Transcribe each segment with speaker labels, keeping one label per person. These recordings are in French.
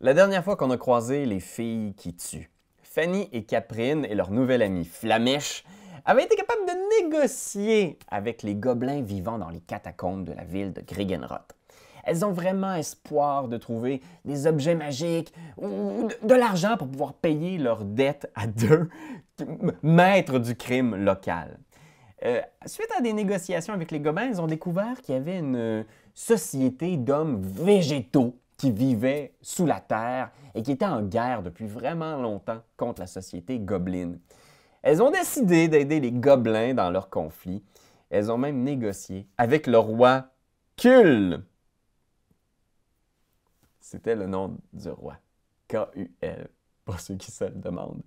Speaker 1: La dernière fois qu'on a croisé les filles qui tuent, Fanny et Caprine et leur nouvelle amie Flamèche avaient été capables de négocier avec les gobelins vivant dans les catacombes de la ville de Gregenroth. Elles ont vraiment espoir de trouver des objets magiques ou de- de l'argent pour pouvoir payer leurs dettes à deux maîtres du crime local. Euh, suite à des négociations avec les Gobelins, ils ont découvert qu'il y avait une euh, société d'hommes végétaux qui vivaient sous la terre et qui étaient en guerre depuis vraiment longtemps contre la société gobeline. Elles ont décidé d'aider les Gobelins dans leur conflit. Elles ont même négocié avec le roi Kul. C'était le nom du roi. K-U-L, pour ceux qui se le demandent.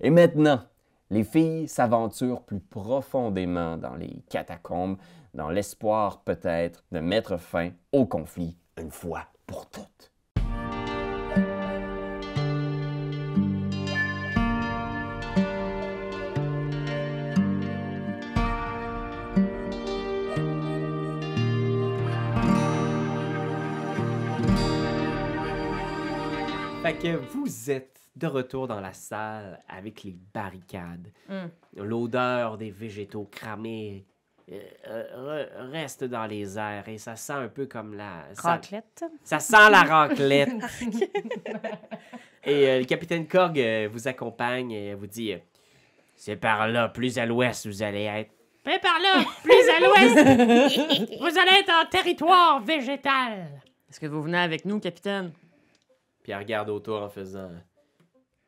Speaker 1: Et maintenant, les filles s'aventurent plus profondément dans les catacombes, dans l'espoir peut-être de mettre fin au conflit une fois pour toutes.
Speaker 2: Fait que vous êtes de retour dans la salle avec les barricades.
Speaker 3: Mm.
Speaker 2: L'odeur des végétaux cramés euh, euh, re- reste dans les airs et ça sent un peu comme la... Ça,
Speaker 3: Raclette.
Speaker 2: ça sent la raclette. et euh, le capitaine Korg euh, vous accompagne et vous dit euh, C'est par là, plus à l'ouest, vous allez être. Mais par là, plus à l'ouest, vous allez être en territoire végétal.
Speaker 3: Est-ce que vous venez avec nous, capitaine?
Speaker 2: Puis elle regarde autour en faisant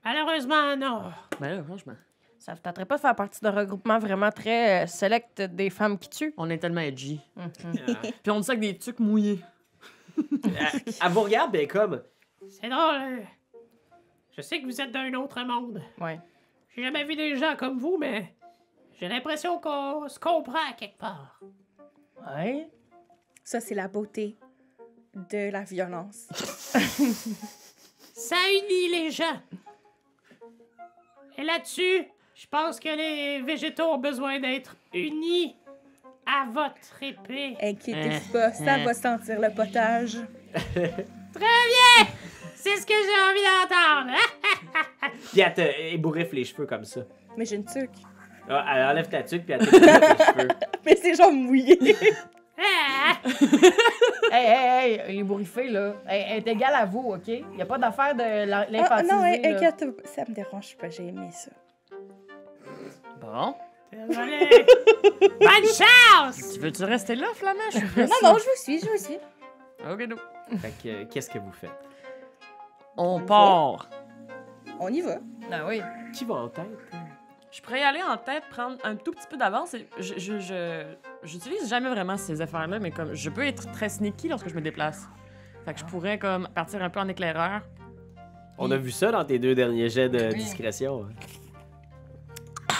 Speaker 2: Malheureusement, non.
Speaker 3: Ben là, franchement,
Speaker 4: Ça vous tenterait pas de faire partie d'un regroupement vraiment très euh, select des femmes qui tuent?
Speaker 3: on est tellement edgy.
Speaker 2: Ah.
Speaker 3: Puis on dit ça avec des trucs mouillés.
Speaker 2: elle, Ah, elle vous regarde, ben comme. C'est drôle. hein? Je sais que vous êtes d'un autre monde.
Speaker 4: Ouais.
Speaker 2: J'ai jamais vu des gens comme vous, mais j'ai l'impression qu'on se comprend quelque part.
Speaker 4: Ouais.
Speaker 5: Ça, c'est la beauté de la violence.
Speaker 2: Ça unit les gens. Et là-dessus, je pense que les végétaux ont besoin d'être unis à votre épée.
Speaker 5: Inquiétez-vous pas, ça va sentir le potage.
Speaker 2: C'est ce que j'ai envie d'entendre. hein? puis elle te elle bourriffe les cheveux comme ça.
Speaker 5: Mais j'ai une tuque.
Speaker 2: Ah, Elle enlève ta tuque puis elle te bourriffe les cheveux.
Speaker 5: Mais c'est genre mouillé.
Speaker 2: Eh, hein?
Speaker 6: Hey, hey, hey, les bourriffés, là, elle elle est égale à vous, OK? Il n'y a pas d'affaire de la-
Speaker 5: Ah,
Speaker 6: l'infantiliser.
Speaker 5: non,
Speaker 6: là.
Speaker 5: inquiète Ça me dérange pas, j'ai aimé ça.
Speaker 3: Bon.
Speaker 2: Désolé. Bonne chance!
Speaker 3: Tu veux-tu rester là, Flamèche?
Speaker 5: Non, non, je vous suis, je vous suis.
Speaker 3: OK, donc.
Speaker 2: Fait que, euh, qu'est-ce que vous faites?
Speaker 3: On part.
Speaker 5: On y va.
Speaker 6: Ah oui.
Speaker 2: Qui va en tête?
Speaker 3: Je pourrais y aller en tête, prendre un tout petit peu d'avance. et Je, je, je- j'utilise jamais vraiment ces affaires-là, mais comme je peux être très sneaky lorsque je me déplace. Fait que je pourrais comme partir un peu en éclaireur.
Speaker 2: On a vu ça dans tes deux derniers jets de discrétion. hein.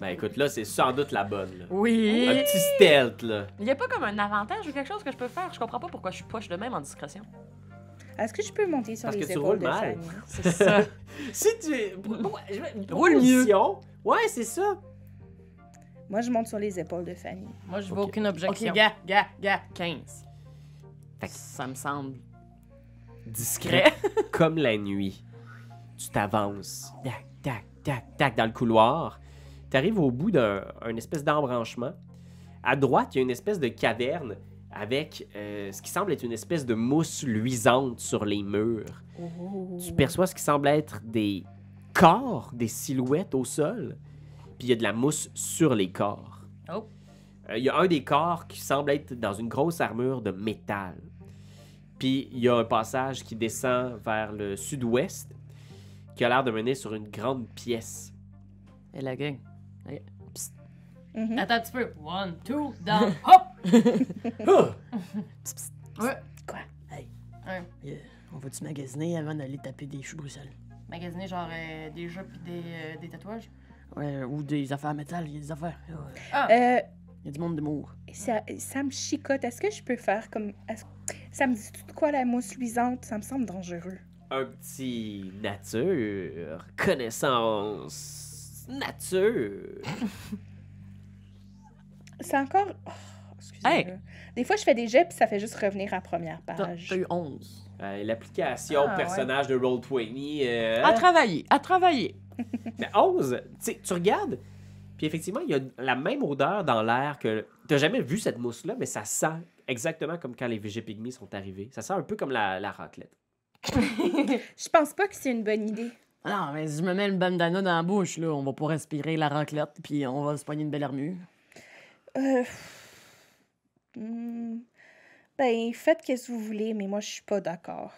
Speaker 2: Ben écoute, là, c'est sans doute la bonne. Là. Un
Speaker 3: Oui.
Speaker 2: petit stealth, là.
Speaker 3: Il n'y a pas comme un avantage ou quelque chose que je peux faire. Je comprends pas pourquoi je suis poche de même en discrétion.
Speaker 5: Est-ce que je peux monter sur
Speaker 2: Parce
Speaker 5: les
Speaker 2: que tu roules
Speaker 5: épaules de
Speaker 2: mal.
Speaker 5: Fanny?
Speaker 3: C'est ça.
Speaker 2: Si tu. Pourquoi- je vais- une
Speaker 3: Roule mieux.
Speaker 2: proposition. Ouais, c'est ça.
Speaker 5: Moi, je monte sur les épaules de Fanny.
Speaker 6: Moi, je vois
Speaker 2: Ok.
Speaker 6: aucune
Speaker 3: OK,
Speaker 6: objection.
Speaker 3: gars, gars, gars. 15. Fait que ça me semble discret.
Speaker 2: Comme la nuit. Tu t'avances. Tac, tac, tac, tac, dans le couloir. T'arrives au bout d'un un espèce d'embranchement. À droite, il y a une espèce de caverne avec euh, ce qui semble être une espèce de mousse luisante sur les murs.
Speaker 6: Oh,
Speaker 2: Tu perçois ce qui semble être des corps, des silhouettes au sol, puis il y a de la mousse sur les corps.
Speaker 6: Oh.
Speaker 2: Euh, Il y a un des corps qui semble être dans une grosse armure de métal. Puis il y a un passage qui descend vers le sud-ouest qui a l'air de mener sur une grande pièce.
Speaker 3: Et la gang.
Speaker 5: Mhm.
Speaker 6: Attends un petit peu. One, two, down, hop!
Speaker 3: Psst, psst.
Speaker 6: Ouais.
Speaker 3: Quoi? Hey.
Speaker 6: Hein?
Speaker 3: On va-tu magasiner avant d'aller taper des choux bruxelles?
Speaker 6: Magasiner, genre, euh, des jeux pis des, euh, des tatouages.
Speaker 3: Ouais, ou des affaires métal, il y a des affaires. Il
Speaker 5: Euh,
Speaker 3: y a du monde de mour.
Speaker 5: ça, ça me chicote. Est-ce que je peux faire comme. est-ce- Ça me dit tout de quoi la mousse luisante? Ça me semble dangereux.
Speaker 2: Un petit nature, connaissance, nature.
Speaker 5: C'est encore. Oh, excusez-moi.
Speaker 3: Hey!
Speaker 5: Des fois, je fais des jets puis ça fait juste revenir à première
Speaker 3: T'as
Speaker 5: page.
Speaker 3: t'as eu 11.
Speaker 2: Euh, L'application
Speaker 6: Ah, ouais. Ah,
Speaker 2: personnage de Roll20. euh,
Speaker 3: À travailler, à travailler.
Speaker 2: Mais 11, tu sais, tu regardes, puis effectivement, il y a la même odeur dans l'air que. T'as jamais vu cette mousse-là, mais ça sent exactement comme quand les VG Pygmies sont arrivés. Ça sent un peu comme la, la raclette.
Speaker 5: Je pense pas que c'est une bonne idée.
Speaker 3: Ah Non, mais si je me mets une bandana dans la bouche, là, on va pas respirer la raclette, puis on va se pogner une belle armure.
Speaker 5: Euh... hmm, Ben, faites ce que vous voulez, mais moi, je suis pas d'accord.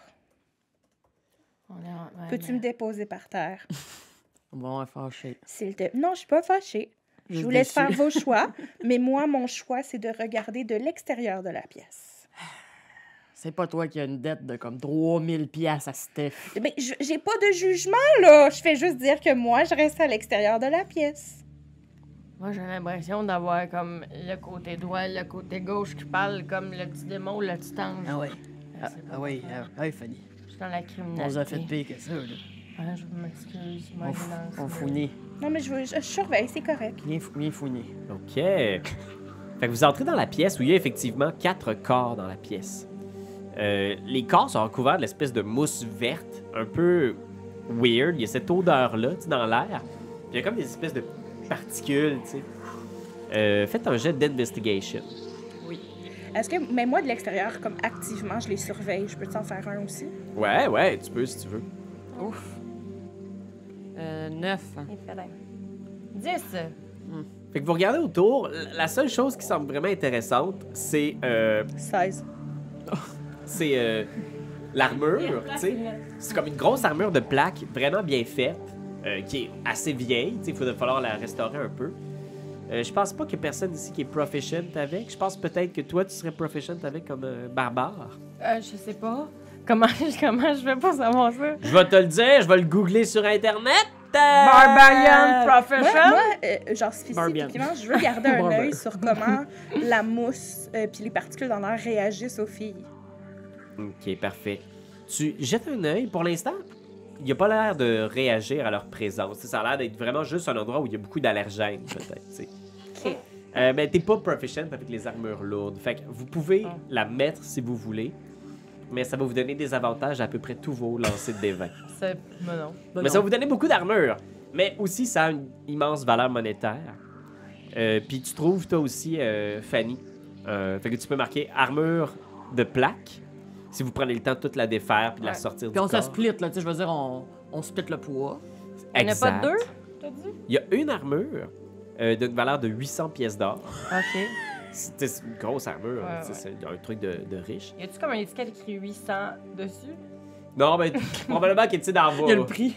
Speaker 4: On est en- ouais,
Speaker 5: Peux-tu me
Speaker 4: mais-
Speaker 5: déposer par terre?
Speaker 3: Bon, fâché.
Speaker 5: S'il te... Non, je suis pas fâchée. Je vous laisse faire vos choix, mais moi, mon choix, c'est de regarder de l'extérieur de la pièce.
Speaker 3: C'est pas toi qui as une dette de comme 3000 pièces à Steph.
Speaker 5: Mais je- j'ai pas de jugement, là! Je fais juste dire que moi, je reste à l'extérieur de la pièce.
Speaker 4: Moi, j'ai l'impression d'avoir comme le côté droit, le côté gauche qui parle comme le petit démon, le petit ange.
Speaker 7: Ah ouais.
Speaker 4: Je
Speaker 7: Ah,
Speaker 4: sais pas.
Speaker 7: ah ouais, ah, ah ouais, Fanny.
Speaker 4: Je suis dans la
Speaker 3: Ah,
Speaker 7: On
Speaker 4: criminalité.
Speaker 7: nous a fait pire que ça, là.
Speaker 4: Ouais, je m'excuse, ma
Speaker 7: On, fou-
Speaker 4: violence.
Speaker 7: on fournit.
Speaker 5: Non, mais je, je- je surveille, c'est correct.
Speaker 7: Bien, fou- bien fourni.
Speaker 2: OK. fait que vous entrez dans la pièce où il y a effectivement quatre corps dans la pièce. Euh, les corps sont recouverts de l'espèce de mousse verte, un peu weird. Il y a cette odeur-là tu sais, dans l'air. Puis il y a comme des espèces de particules, tu sais. Euh, faites un jet d'investigation.
Speaker 5: Est-ce que... Mais moi, de l'extérieur, comme activement, je les surveille. Je peux t'en faire un aussi?
Speaker 2: Ouais, ouais, tu peux si tu veux.
Speaker 3: Ouf. Euh, neuf.
Speaker 4: Il fait la-
Speaker 6: 10.
Speaker 4: Euh,
Speaker 2: Fait que vous regardez autour, la la seule chose qui semble vraiment intéressante, c'est euh,
Speaker 5: 16.
Speaker 2: c'est euh, l'armure, tu sais. C'est comme une grosse armure de plaque vraiment bien faite, euh, qui est assez vieille, tu sais, il va falloir la restaurer un peu. Euh, je pense pas qu'il y ait personne ici qui est proficient avec. Je pense peut-être que toi, tu serais proficient avec comme euh, barbare.
Speaker 4: Euh, je sais pas. Comment, comment je vais pas savoir
Speaker 7: Euh,
Speaker 4: ça?
Speaker 2: Je vais te le dire, je vais le googler sur Internet. euh,
Speaker 6: Barbarian
Speaker 5: Moi,
Speaker 6: Profession.
Speaker 5: moi, euh, genre, spécifiquement,
Speaker 2: Barbie. ben.
Speaker 5: je veux garder un
Speaker 2: Barbie.
Speaker 5: œil sur comment la mousse et puis les particules dans l'air réagissent aux filles.
Speaker 2: Ok, parfait. Tu jettes un œil. Pour l'instant, il n'y a pas l'air de réagir à leur présence. Tu sais, Ça a l'air d'être vraiment juste un endroit où il y a beaucoup d'allergènes, peut-être. tu sais.
Speaker 5: Ok.
Speaker 2: Euh, mais t'es pas proficient avec les armures lourdes. Fait que vous pouvez la mettre si vous voulez, mais ça va vous donner des avantages à, à peu près tous vos lancers de dévins.
Speaker 6: C'est. Mais non.
Speaker 2: mais ça va vous donner beaucoup d'armure. Mais aussi, ça a une immense valeur monétaire. Euh, Puis tu trouves, toi aussi, euh, Fanny. euh, fait que tu peux marquer armure de plaque si vous prenez le temps de toute la défaire puis de la
Speaker 4: Ouais.
Speaker 2: sortir
Speaker 3: Puis
Speaker 2: du
Speaker 3: on se
Speaker 2: corps.
Speaker 3: split, là, tu sais, je veux dire, on, on split le poids.
Speaker 4: Il n'y en a pas
Speaker 2: Exact.
Speaker 4: deux?
Speaker 2: Il y a une armure euh, d'une valeur de 800 pièces d'or.
Speaker 4: Ok.
Speaker 2: C'est c'est une grosse armure.
Speaker 6: Ouais,
Speaker 2: tu sais, C'est un truc de- de riche.
Speaker 6: Y a-tu comme un étiquette écrit 800 dessus?
Speaker 2: Non, mais probablement que tu sais dans la voix.
Speaker 3: Il y a le prix.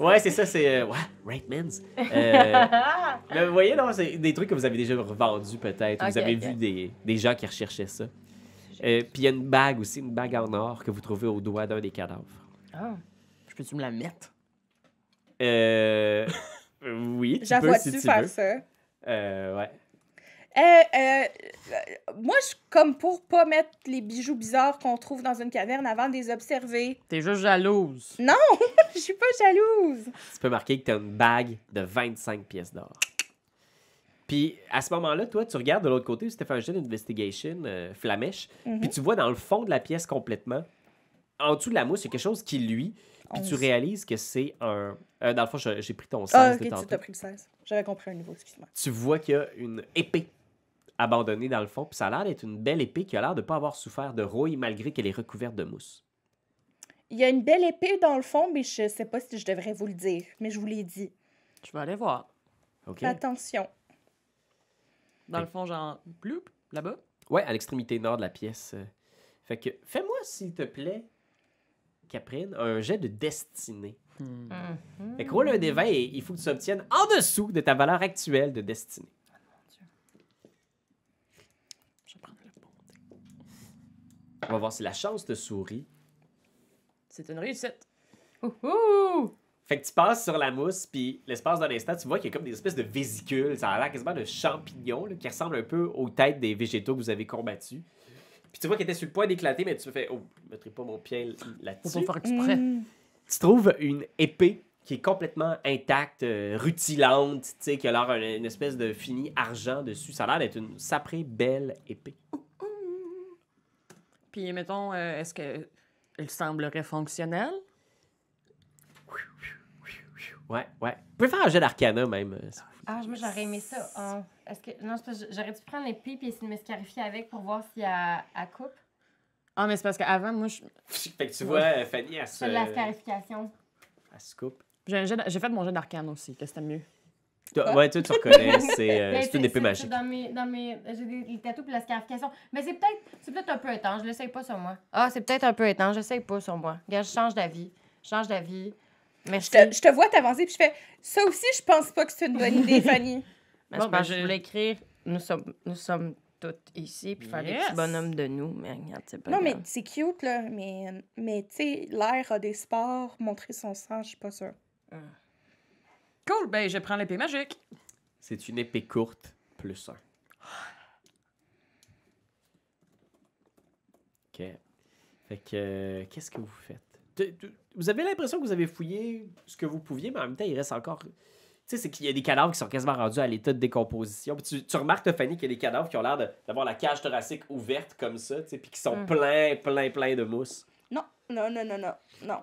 Speaker 2: Ouais, c'est ça, c'est. euh, ouais, Ratemans. Euh, mais vous voyez, non, c'est des trucs que vous avez déjà revendus peut-être.
Speaker 4: Ok,
Speaker 2: vous avez
Speaker 4: ok.
Speaker 2: vu des, des gens qui recherchaient ça. Euh, Puis il y a une bague aussi, une bague en or que vous trouvez au doigt d'un des cadavres.
Speaker 4: Ah.
Speaker 3: Je peux-tu me la mettre?
Speaker 2: Euh. Oui, tu peux si
Speaker 5: J'avoue-tu
Speaker 2: tu
Speaker 5: faire
Speaker 2: veux.
Speaker 5: ça?
Speaker 2: Euh, ouais.
Speaker 5: Euh, euh, euh, moi, je suis comme pour pas mettre les bijoux bizarres qu'on trouve dans une caverne avant de les observer.
Speaker 3: T'es juste jalouse.
Speaker 5: Je suis pas jalouse.
Speaker 2: Tu peux marquer que tu as une bague de 25 pièces d'or. Puis à ce moment-là, toi, tu regardes de l'autre côté, c'était fait un jeu d'investigation, euh, flamèche,
Speaker 5: Mhm.
Speaker 2: puis tu vois dans le fond de la pièce complètement, en dessous de la mousse, il y a quelque chose qui lui, puis tu
Speaker 5: Onze.
Speaker 2: réalises que c'est un. euh, dans le fond, je- j'ai pris ton
Speaker 5: Ah,
Speaker 2: sens
Speaker 5: ok,
Speaker 2: de
Speaker 5: tu
Speaker 2: tantôt.
Speaker 5: t'as pris le 16. J'avais compris un niveau, excuse-moi.
Speaker 2: Tu vois qu'il y a une épée abandonnée dans le fond, puis ça a l'air d'être une belle épée qui a l'air de pas avoir souffert de rouille malgré qu'elle est recouverte de mousse.
Speaker 5: Il y a une belle épée dans le fond, mais je sais pas si je devrais vous le dire. Mais je vous l'ai dit.
Speaker 3: Je vais aller voir.
Speaker 2: OK?
Speaker 5: Attention.
Speaker 3: Dans le fond, genre, ploup, là-bas.
Speaker 2: Ouais, à l'extrémité nord de la pièce. euh. Fait que, fais-moi, s'il te plaît, Caprine, un jet de destinée.
Speaker 3: Hmm.
Speaker 4: Hmm.
Speaker 2: Fait que roule un des 20 et il faut que tu s'obtiennes en dessous de ta valeur actuelle de destinée.
Speaker 3: Je prends le bon.
Speaker 2: On va voir si la chance te sourit.
Speaker 3: C'est une réussite.
Speaker 4: Ouh!
Speaker 2: Fait que tu passes sur la mousse, puis l'espace d'un instant, tu vois qu'il y a comme des espèces de vésicules. Ça a l'air quasiment de champignons là, qui ressemblent un peu aux têtes des végétaux que vous avez combattus. Puis tu vois qu'il était sur le point d'éclater, mais tu fais Oh, je mettrai pas mon pied là-dessus.
Speaker 3: Faut pas faire exprès.
Speaker 5: Hmm.
Speaker 2: tu trouves une épée qui est complètement intacte, euh, rutilante, tu sais, qui a l'air une, une espèce de fini argent dessus. Ça a l'air d'être une sacrée belle épée.
Speaker 3: Puis, mettons, euh, est-ce que Il semblerait fonctionnel.
Speaker 2: Ouais, ouais. Vous pouvez faire un jet d'arcana même. euh, si vous voulez.
Speaker 4: Ah, moi, j'aurais aimé ça. hein. Est-ce que... Non, c'est parce que j'aurais dû prendre les pipes et essayer de me scarifier avec pour voir si elle, elle coupe.
Speaker 3: Ah, mais c'est parce qu'avant, moi, je-
Speaker 2: Fait que tu vois, euh, Fanny, elle se,
Speaker 4: C'est de la scarification.
Speaker 2: elle se coupe.
Speaker 3: j'ai un jet d'- j'ai fait mon jet d'arcane aussi, que c'était mieux.
Speaker 2: Toi- ouais, toi, tu reconnais, c'est euh,
Speaker 4: Mais
Speaker 2: c'est une épée magique.
Speaker 4: Dans mes, dans mes, j'ai des, les tatous pour la scarification. Mais c'est peut-être c'est peut-être un peu étanche. Je l'essaye pas sur moi. Ah, c'est peut-être un peu étanche. Je l'essaye pas sur moi. Regarde, je change d'avis. Je change d'avis.
Speaker 5: Je
Speaker 4: Merci.
Speaker 5: te, je te vois t'avancer, puis je fais ça aussi, je pense pas que c'est une bonne idée, Fanny.
Speaker 4: Mais
Speaker 3: Bon,
Speaker 4: c'est parce
Speaker 3: ben,
Speaker 4: que je
Speaker 3: je-
Speaker 4: voulais écrire. Nous sommes, nous sommes toutes ici, puis faire des
Speaker 3: Yes.
Speaker 4: petits bonhommes de nous. Mais regarde, c'est pas
Speaker 5: non, mais
Speaker 4: grave.
Speaker 5: c'est cute, là, mais, mais tu sais, l'air a des sports, montrer son sang, je suis pas sûre.
Speaker 3: Cool, ben, je prends l'épée magique.
Speaker 2: C'est une épée courte plus 1. Ok. Fait que, euh, qu'est-ce que vous faites? De- de- Vous avez l'impression que vous avez fouillé ce que vous pouviez, mais en même temps, il reste encore. Tu sais, c'est qu'il y a des cadavres qui sont quasiment rendus à l'état de décomposition. Puis tu, tu remarques, Fanny, qu'il y a des cadavres qui ont l'air de- d'avoir la cage thoracique ouverte comme ça, tu sais, puis qui sont
Speaker 4: Mm.
Speaker 2: pleins, pleins, pleins de mousse.
Speaker 5: Non, non, non, non, non, non,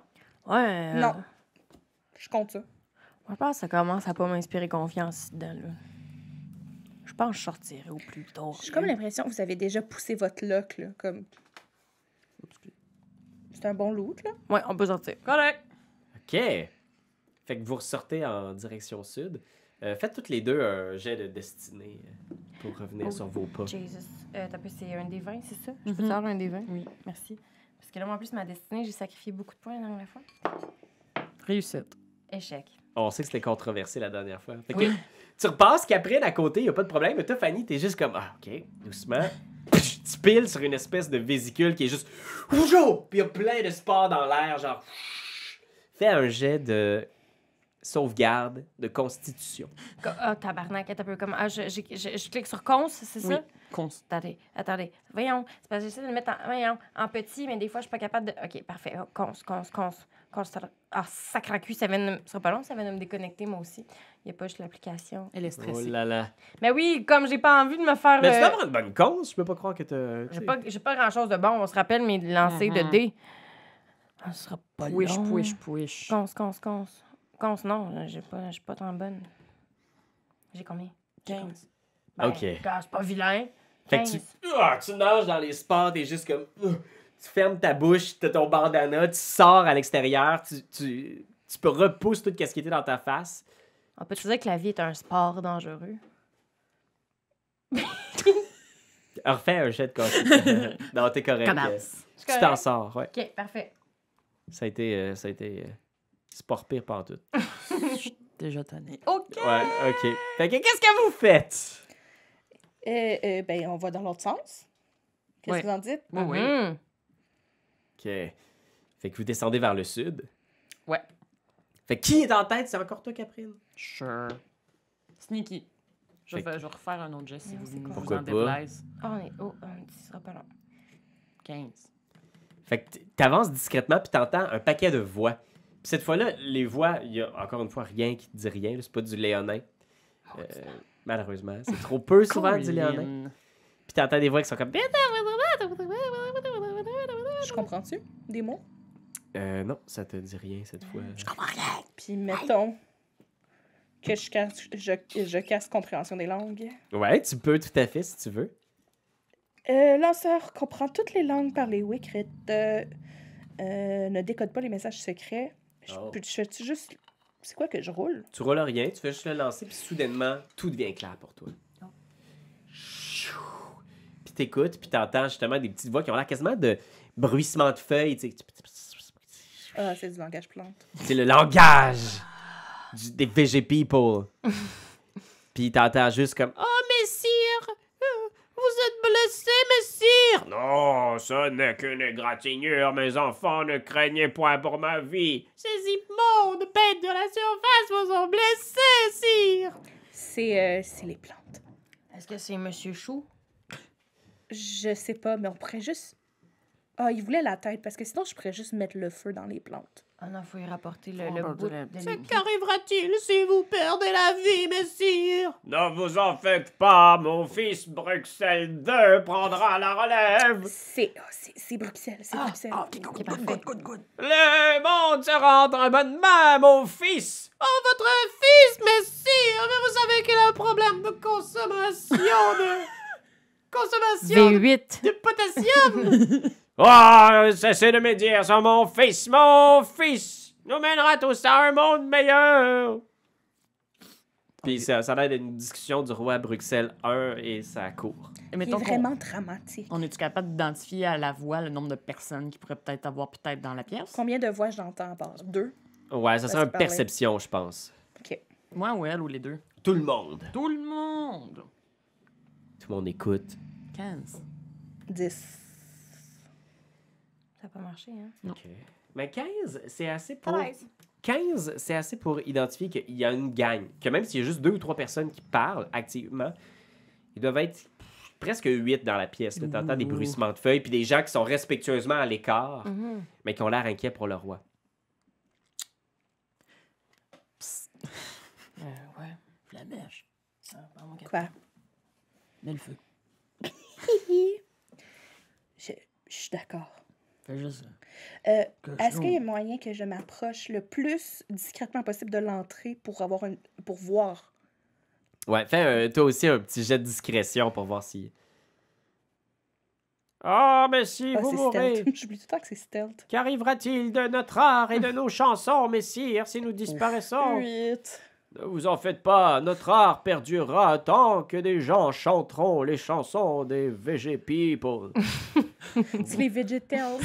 Speaker 4: Ouais. euh,
Speaker 5: non. Je compte ça.
Speaker 4: Moi, je pense que ça commence à pas m'inspirer confiance dedans, là. Je pense que je sortirai au plus tôt.
Speaker 5: J'ai comme l'impression que vous avez déjà poussé votre loc, là, comme... C'est un bon loot, là.
Speaker 4: Ouais, on peut sortir.
Speaker 3: Correct.
Speaker 2: OK. Fait que vous ressortez en direction sud. Euh, faites toutes les deux un jet de destinée euh, pour revenir
Speaker 4: Oh.
Speaker 2: sur vos pas.
Speaker 4: Jesus. Euh, t'as pu- c'est un des 20, c'est ça? Je peux
Speaker 3: Mhm.
Speaker 4: te faire un des 20?
Speaker 3: Oui.
Speaker 4: Merci. Parce que là, moi, en plus, ma destinée, j'ai sacrifié beaucoup de points la dernière fois.
Speaker 3: Réussite.
Speaker 4: Échec.
Speaker 2: On sait que c'était controversé la dernière fois. Fait que tu repasses Caprine à côté, il a pas de problème. Mais toi, Fanny, t'es juste comme, ah, OK, doucement. Psh, tu piles sur une espèce de vésicule qui est juste, Oujo! Puis il y a plein de spores dans l'air, genre. Fais un jet de sauvegarde, de constitution.
Speaker 4: Co- Ah, tabarnak, un peu comme. Ah, je, j'ai- je- je clique sur cons, c'est
Speaker 3: Oui.
Speaker 4: ça?
Speaker 3: Const.
Speaker 4: Attendez, attendez. Voyons, c'est parce que j'essaie de le mettre en, voyons, en petit, mais des fois, je suis pas capable de. OK, parfait. Oh, cons, cons, cons. cons ça- ah, sacre cul, ça vient de me... Ce sera pas long, ça vient de me déconnecter, moi aussi. Il n'y a pas juste l'application.
Speaker 3: Elle est
Speaker 2: Oh
Speaker 3: stressée.
Speaker 2: là là.
Speaker 4: Mais oui, comme j'ai pas envie de me faire.
Speaker 2: Mais tu
Speaker 4: euh,
Speaker 2: dois avoir une bonne cause, je peux pas croire que t'as.
Speaker 4: J'ai
Speaker 2: t'sais.
Speaker 4: pas, j'ai pas grand-chose de bon. On se rappelle mes lancers
Speaker 3: Mhm.
Speaker 4: de dés. On sera pas
Speaker 3: Push,
Speaker 4: long.
Speaker 3: push, push.
Speaker 4: Conce, conce, conce. Conce, non, j'ai pas, j'ai pas tant bonne. J'ai combien? Ben, 15.
Speaker 2: Ok.
Speaker 4: c'est pas vilain.
Speaker 2: Fait que tu,
Speaker 4: 15.
Speaker 2: Ah, tu nages dans les sports, t'es juste comme. Ah. tu fermes ta bouche, t'as ton bandana, tu sors à l'extérieur, tu, tu, tu peux repousser tout ce qui était dans ta face.
Speaker 4: On peut te dire que la vie est un sport dangereux.
Speaker 2: Refais un jet de constitution. non, t'es correct. Euh,
Speaker 3: Commence.
Speaker 2: Tu t'en sors, ouais.
Speaker 4: Ok, parfait.
Speaker 2: Ça a été. euh, ça a été euh, sport pire pantoute.
Speaker 3: Déjà tanné.
Speaker 5: OK!
Speaker 2: Ouais, ok. Fait que qu'est-ce que vous faites?
Speaker 5: Euh, euh, ben, on va dans l'autre sens. Qu'est-ce
Speaker 3: Ouais.
Speaker 5: que vous en dites?
Speaker 3: Oui, oui.
Speaker 4: Mhm.
Speaker 2: Ok. Fait que vous descendez vers le sud.
Speaker 3: Ouais.
Speaker 2: Fait que qui est en tête? C'est encore toi, Caprine?
Speaker 3: Sure. Sneaky. Je
Speaker 2: Fait
Speaker 3: vais, je vais refaire un autre geste si
Speaker 4: Non,
Speaker 3: vous
Speaker 4: c'est quoi?
Speaker 3: vous
Speaker 2: Pourquoi
Speaker 3: en
Speaker 2: pas?
Speaker 3: déplaise.
Speaker 4: Oh, on est. Oh, on ce sera pas long.
Speaker 3: 15.
Speaker 2: Fait que t- t'avances discrètement puis t'entends un paquet de voix. Puis cette fois-là, les voix, il y a encore une fois rien qui te dit rien. là, C'est pas du léonin. Euh, malheureusement, c'est trop peu souvent du léonin.
Speaker 3: Colin.
Speaker 2: Puis t'entends des voix qui sont comme.
Speaker 5: Je comprends-tu? Des mots?
Speaker 2: Euh, non, ça te dit rien cette fois.
Speaker 5: Puis mettons que je casse, je, je casse compréhension des langues.
Speaker 2: Ouais, tu peux tout à fait si tu veux.
Speaker 5: Euh, lanceur comprend toutes les langues par les Wickrit. Euh, euh, ne décode pas les messages secrets. Je
Speaker 2: Oh.
Speaker 5: peux- je fais-tu juste. C'est quoi que je roule?
Speaker 2: Tu roules rien, tu fais juste le lancer puis soudainement, tout devient clair pour toi. Chou. Puis t'écoutes puis t'entends justement des petites voix qui ont l'air quasiment de bruissement de feuilles. tu sais.
Speaker 5: Ah, c'est du langage plante.
Speaker 2: C'est le langage du- des VG people. Puis t'entends juste comme Oh, messire, euh, vous êtes blessé, messire. Non, ce n'est qu'une égratignure, mes enfants, ne craignez point pour ma vie. Ces immondes bêtes de la surface vous ont blessé, sire.
Speaker 5: C'est euh, c'est les plantes.
Speaker 4: Est-ce que c'est Monsieur Chou?
Speaker 5: Je sais pas, mais on pourrait juste Ah, il voulait la tête, parce que sinon, je pourrais juste mettre le feu dans les plantes.
Speaker 4: Ah non, faut y rapporter le, le bout de l'é-
Speaker 2: Qu'arrivera-t-il si vous perdez la vie, messire Ne vous en faites pas, mon fils Bruxelles 2 prendra la relève.
Speaker 5: C'est ah, c'est- c'est Bruxelles, c'est Bruxelles.
Speaker 4: Ok, parfait.
Speaker 2: Le monde se rentre en bonne main, mon fils. Oh, votre fils, messire, mais vous savez qu'il a un problème de consommation de... consommation de-
Speaker 4: V8.
Speaker 2: de potassium. Ah, cessez de me dire sur mon fils, mon fils nous mènera tous à un monde meilleur. Puis ça, ça a l'air d'une discussion du roi à Bruxelles 1 et sa cour.
Speaker 3: Et
Speaker 5: Il est
Speaker 3: mettons qu'on-
Speaker 5: vraiment dramatique.
Speaker 3: On est-tu capable d'identifier à la voix le nombre de personnes qui pourraient peut-être avoir peut-être dans la pièce?
Speaker 5: Combien de voix j'entends à part? Deux.
Speaker 2: Ouais, ça
Speaker 5: Parce
Speaker 2: serait une
Speaker 5: que parler.
Speaker 2: perception, je pense.
Speaker 3: Moi ou elle ou les deux?
Speaker 2: Tout le monde.
Speaker 3: Tout le monde!
Speaker 2: Tout le monde écoute.
Speaker 3: 15.
Speaker 5: Dix.
Speaker 4: Ça n'a pas marché, hein?
Speaker 2: Mais 15, c'est assez pour... 15, c'est assez pour identifier qu'il y a une gang. Que même s'il y a juste deux ou trois personnes qui parlent activement, ils doivent être presque huit dans la pièce. Tu entends des
Speaker 3: Ouh.
Speaker 2: bruissements de feuilles, puis des gens qui sont respectueusement à l'écart,
Speaker 5: Mm.
Speaker 4: Mhm.
Speaker 2: mais qui ont l'air inquiets pour le roi.
Speaker 3: ouais. Flamèche.
Speaker 5: Quoi?
Speaker 7: Mets le feu.
Speaker 5: Je, je suis d'accord.
Speaker 7: Fais juste ça.
Speaker 5: Euh,
Speaker 7: Que
Speaker 5: Est-ce qu'il y a
Speaker 7: sinon-
Speaker 5: moyen que je m'approche le plus discrètement possible de l'entrée pour avoir une, pour voir?
Speaker 2: Ouais, fais un- toi aussi un petit jet de discrétion pour voir si. Ah, messire,
Speaker 5: Ah, c'est stealth. J'oublie tout le temps que c'est stealth.
Speaker 2: Qu'arrivera-t-il de notre art et de nos chansons, messire, si nous disparaissons
Speaker 5: Huit.
Speaker 2: Ne vous en faites pas, notre art perdurera tant que des gens chanteront les chansons des VG People.
Speaker 5: C'est les VeggieTales.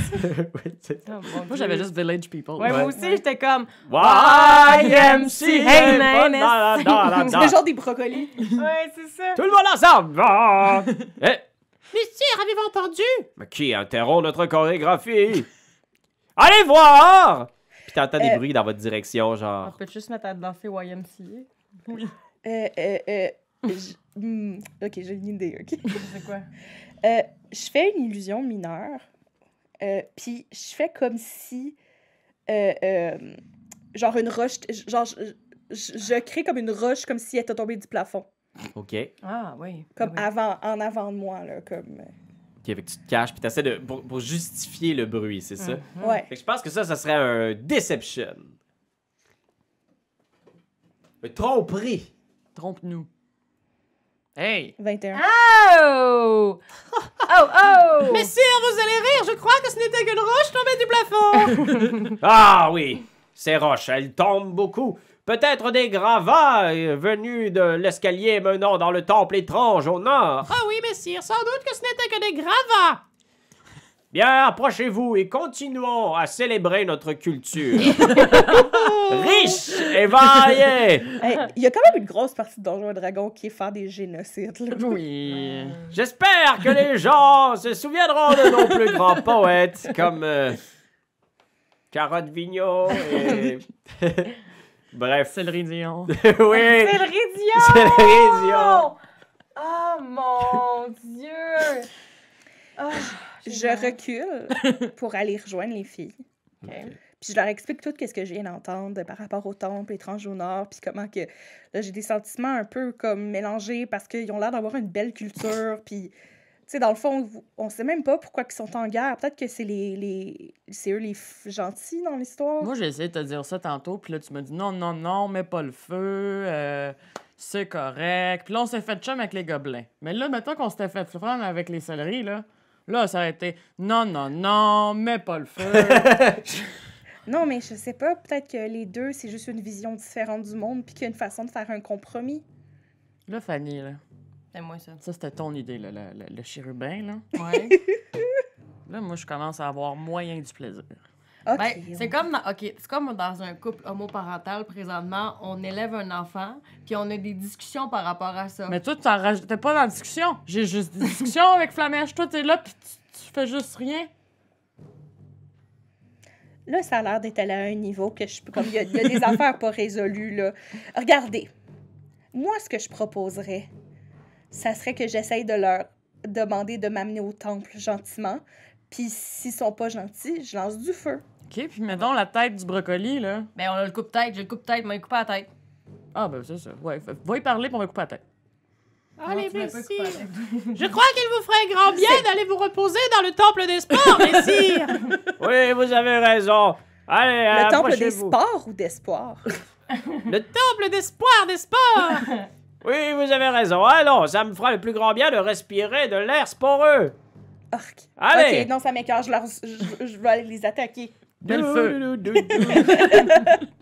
Speaker 2: Oui, c'est-
Speaker 6: Oh,
Speaker 3: Moi, j'avais juste Village People.
Speaker 4: Ouais, moi aussi, j'étais comme.
Speaker 2: YMCA,
Speaker 4: Hey,
Speaker 2: bon,
Speaker 4: man,
Speaker 2: da, da, da,
Speaker 5: C'est
Speaker 2: da.
Speaker 5: le genre des brocolis.
Speaker 4: Ouais, c'est ça.
Speaker 2: Tout le monde ensemble va. Eh, Messire, avez-vous entendu Mais qui interrompt notre chorégraphie Allez voir Puis t'entends des
Speaker 5: Euh.
Speaker 2: bruits dans votre direction,
Speaker 6: On
Speaker 2: genre...
Speaker 6: peut juste mettre à danser YMCA.
Speaker 5: Euh, euh, euh, je- hmm, ok, j'ai une idée, ok.
Speaker 6: C'est quoi?
Speaker 5: Euh, je fais une illusion mineure, euh, puis je fais comme si, euh, euh, genre une roche, genre je, je- je crée comme une roche, comme si elle était tombée du plafond,
Speaker 2: Ok. Ok,
Speaker 6: Ah oui.
Speaker 5: comme
Speaker 6: Ah,
Speaker 5: avant, en avant de moi, là, comme... euh,
Speaker 2: fait que tu te caches, puis t'essaies de... Pour, pour justifier le bruit, c'est ça?
Speaker 5: Ouais.
Speaker 2: Fait que je pense que ça, ça serait un deception. Un tromperie.
Speaker 3: Trompe-nous. Hey!
Speaker 5: 21.
Speaker 4: Oh! Oh, oh!
Speaker 2: Messire, vous allez rire, je crois que ce n'était qu'une roche tombée du plafond. ah oui, ces roches, elles tombent beaucoup. Peut-être des gravats euh, venus de l'escalier menant dans le temple étrange au nord. Ah oui, messire, sans doute que ce n'était que des gravats. Bien, approchez-vous et continuons à célébrer notre culture. Riche et variée.
Speaker 5: Hey, Il y a quand même une grosse partie de Donjons et Dragons qui est faire des génocides, là.
Speaker 3: Oui!
Speaker 2: J'espère que les gens se souviendront de nos plus grands poètes comme euh, Carotte Vigneault et. Bref.
Speaker 3: C'est le Ridion.
Speaker 2: oui!
Speaker 6: C'est le Ridion!
Speaker 2: C'est le Ridion!
Speaker 6: Oh mon Dieu! Ah,
Speaker 5: Je recule pour aller rejoindre les filles.
Speaker 6: Ok.
Speaker 5: Puis je leur explique tout ce que je viens d'entendre par rapport au temple étrange au nord, puis comment que là j'ai des sentiments un peu comme mélangés parce qu'ils ont l'air d'avoir une belle culture, puis tu sais dans le fond vous- on sait même pas pourquoi ils sont en guerre. Peut-être que c'est les, les c'est eux les f- gentils dans l'histoire.
Speaker 3: Moi, j'ai essayé de te dire ça tantôt, puis là, tu m'as dit non, non, non, mets pas le feu, euh, c'est correct. Puis là, on s'est fait chum avec les gobelins. Mais là, maintenant qu'on s'était fait prendre avec les céleris, là, là, ça a été non, non, non, mets pas le feu.
Speaker 5: Non mais je sais pas. Peut-être que les deux c'est juste une vision différente du monde puis qu'il y a une façon de faire un compromis.
Speaker 3: là, Fanny, là,
Speaker 6: C'est moi ça.
Speaker 3: ça, c'était ton idée, là, le, le- le chérubin, là.
Speaker 6: Ouais.
Speaker 3: Là, moi, je commence à avoir moyen du plaisir.
Speaker 5: Ok.
Speaker 6: Ben, c'est comme dans, ok, c'est comme dans un couple homoparental présentement, on élève un enfant, puis on a des discussions par rapport à
Speaker 4: Ah.
Speaker 6: ça.
Speaker 3: Mais toi, tu t'en raj- t'es pas dans la discussion. J'ai juste des discussions avec Flamèche. Toi, t'es là, puis tu, tu fais juste rien.
Speaker 5: Là, ça a l'air d'être allé à un niveau que je peux. Comme il y, a- il y a des affaires pas résolues, là. Regardez. Moi, ce que je proposerais, ça serait que j'essaye de leur demander de m'amener au temple gentiment, Puis s'ils sont pas gentils, je lance du feu.
Speaker 3: OK, puis mettons la tête du brocoli, là.
Speaker 6: Ben, on a le coupe-tête, j'ai le coupe-tête, mais il coupe à la tête.
Speaker 3: Ah, ben c'est ça. Ouais, fait- va y parler, puis on va couper la tête.
Speaker 6: Allez, merci.
Speaker 8: Je crois qu'il vous ferait grand bien d'aller vous reposer dans le temple des sports, messire.
Speaker 2: Oui, vous avez raison. Allez,
Speaker 5: Le temple des
Speaker 2: Euh, approchez-vous.
Speaker 5: sports ou d'espoir?
Speaker 2: Le temple.
Speaker 8: temple d'espoir, des sports.
Speaker 2: Oui, vous avez raison. Allons, ça me fera le plus grand bien de respirer de l'air sporeux.
Speaker 5: Orc.
Speaker 2: Allez.
Speaker 5: Ok, non, ça m'écœure, je, leur... je, je vais aller les attaquer.
Speaker 3: Belle feu.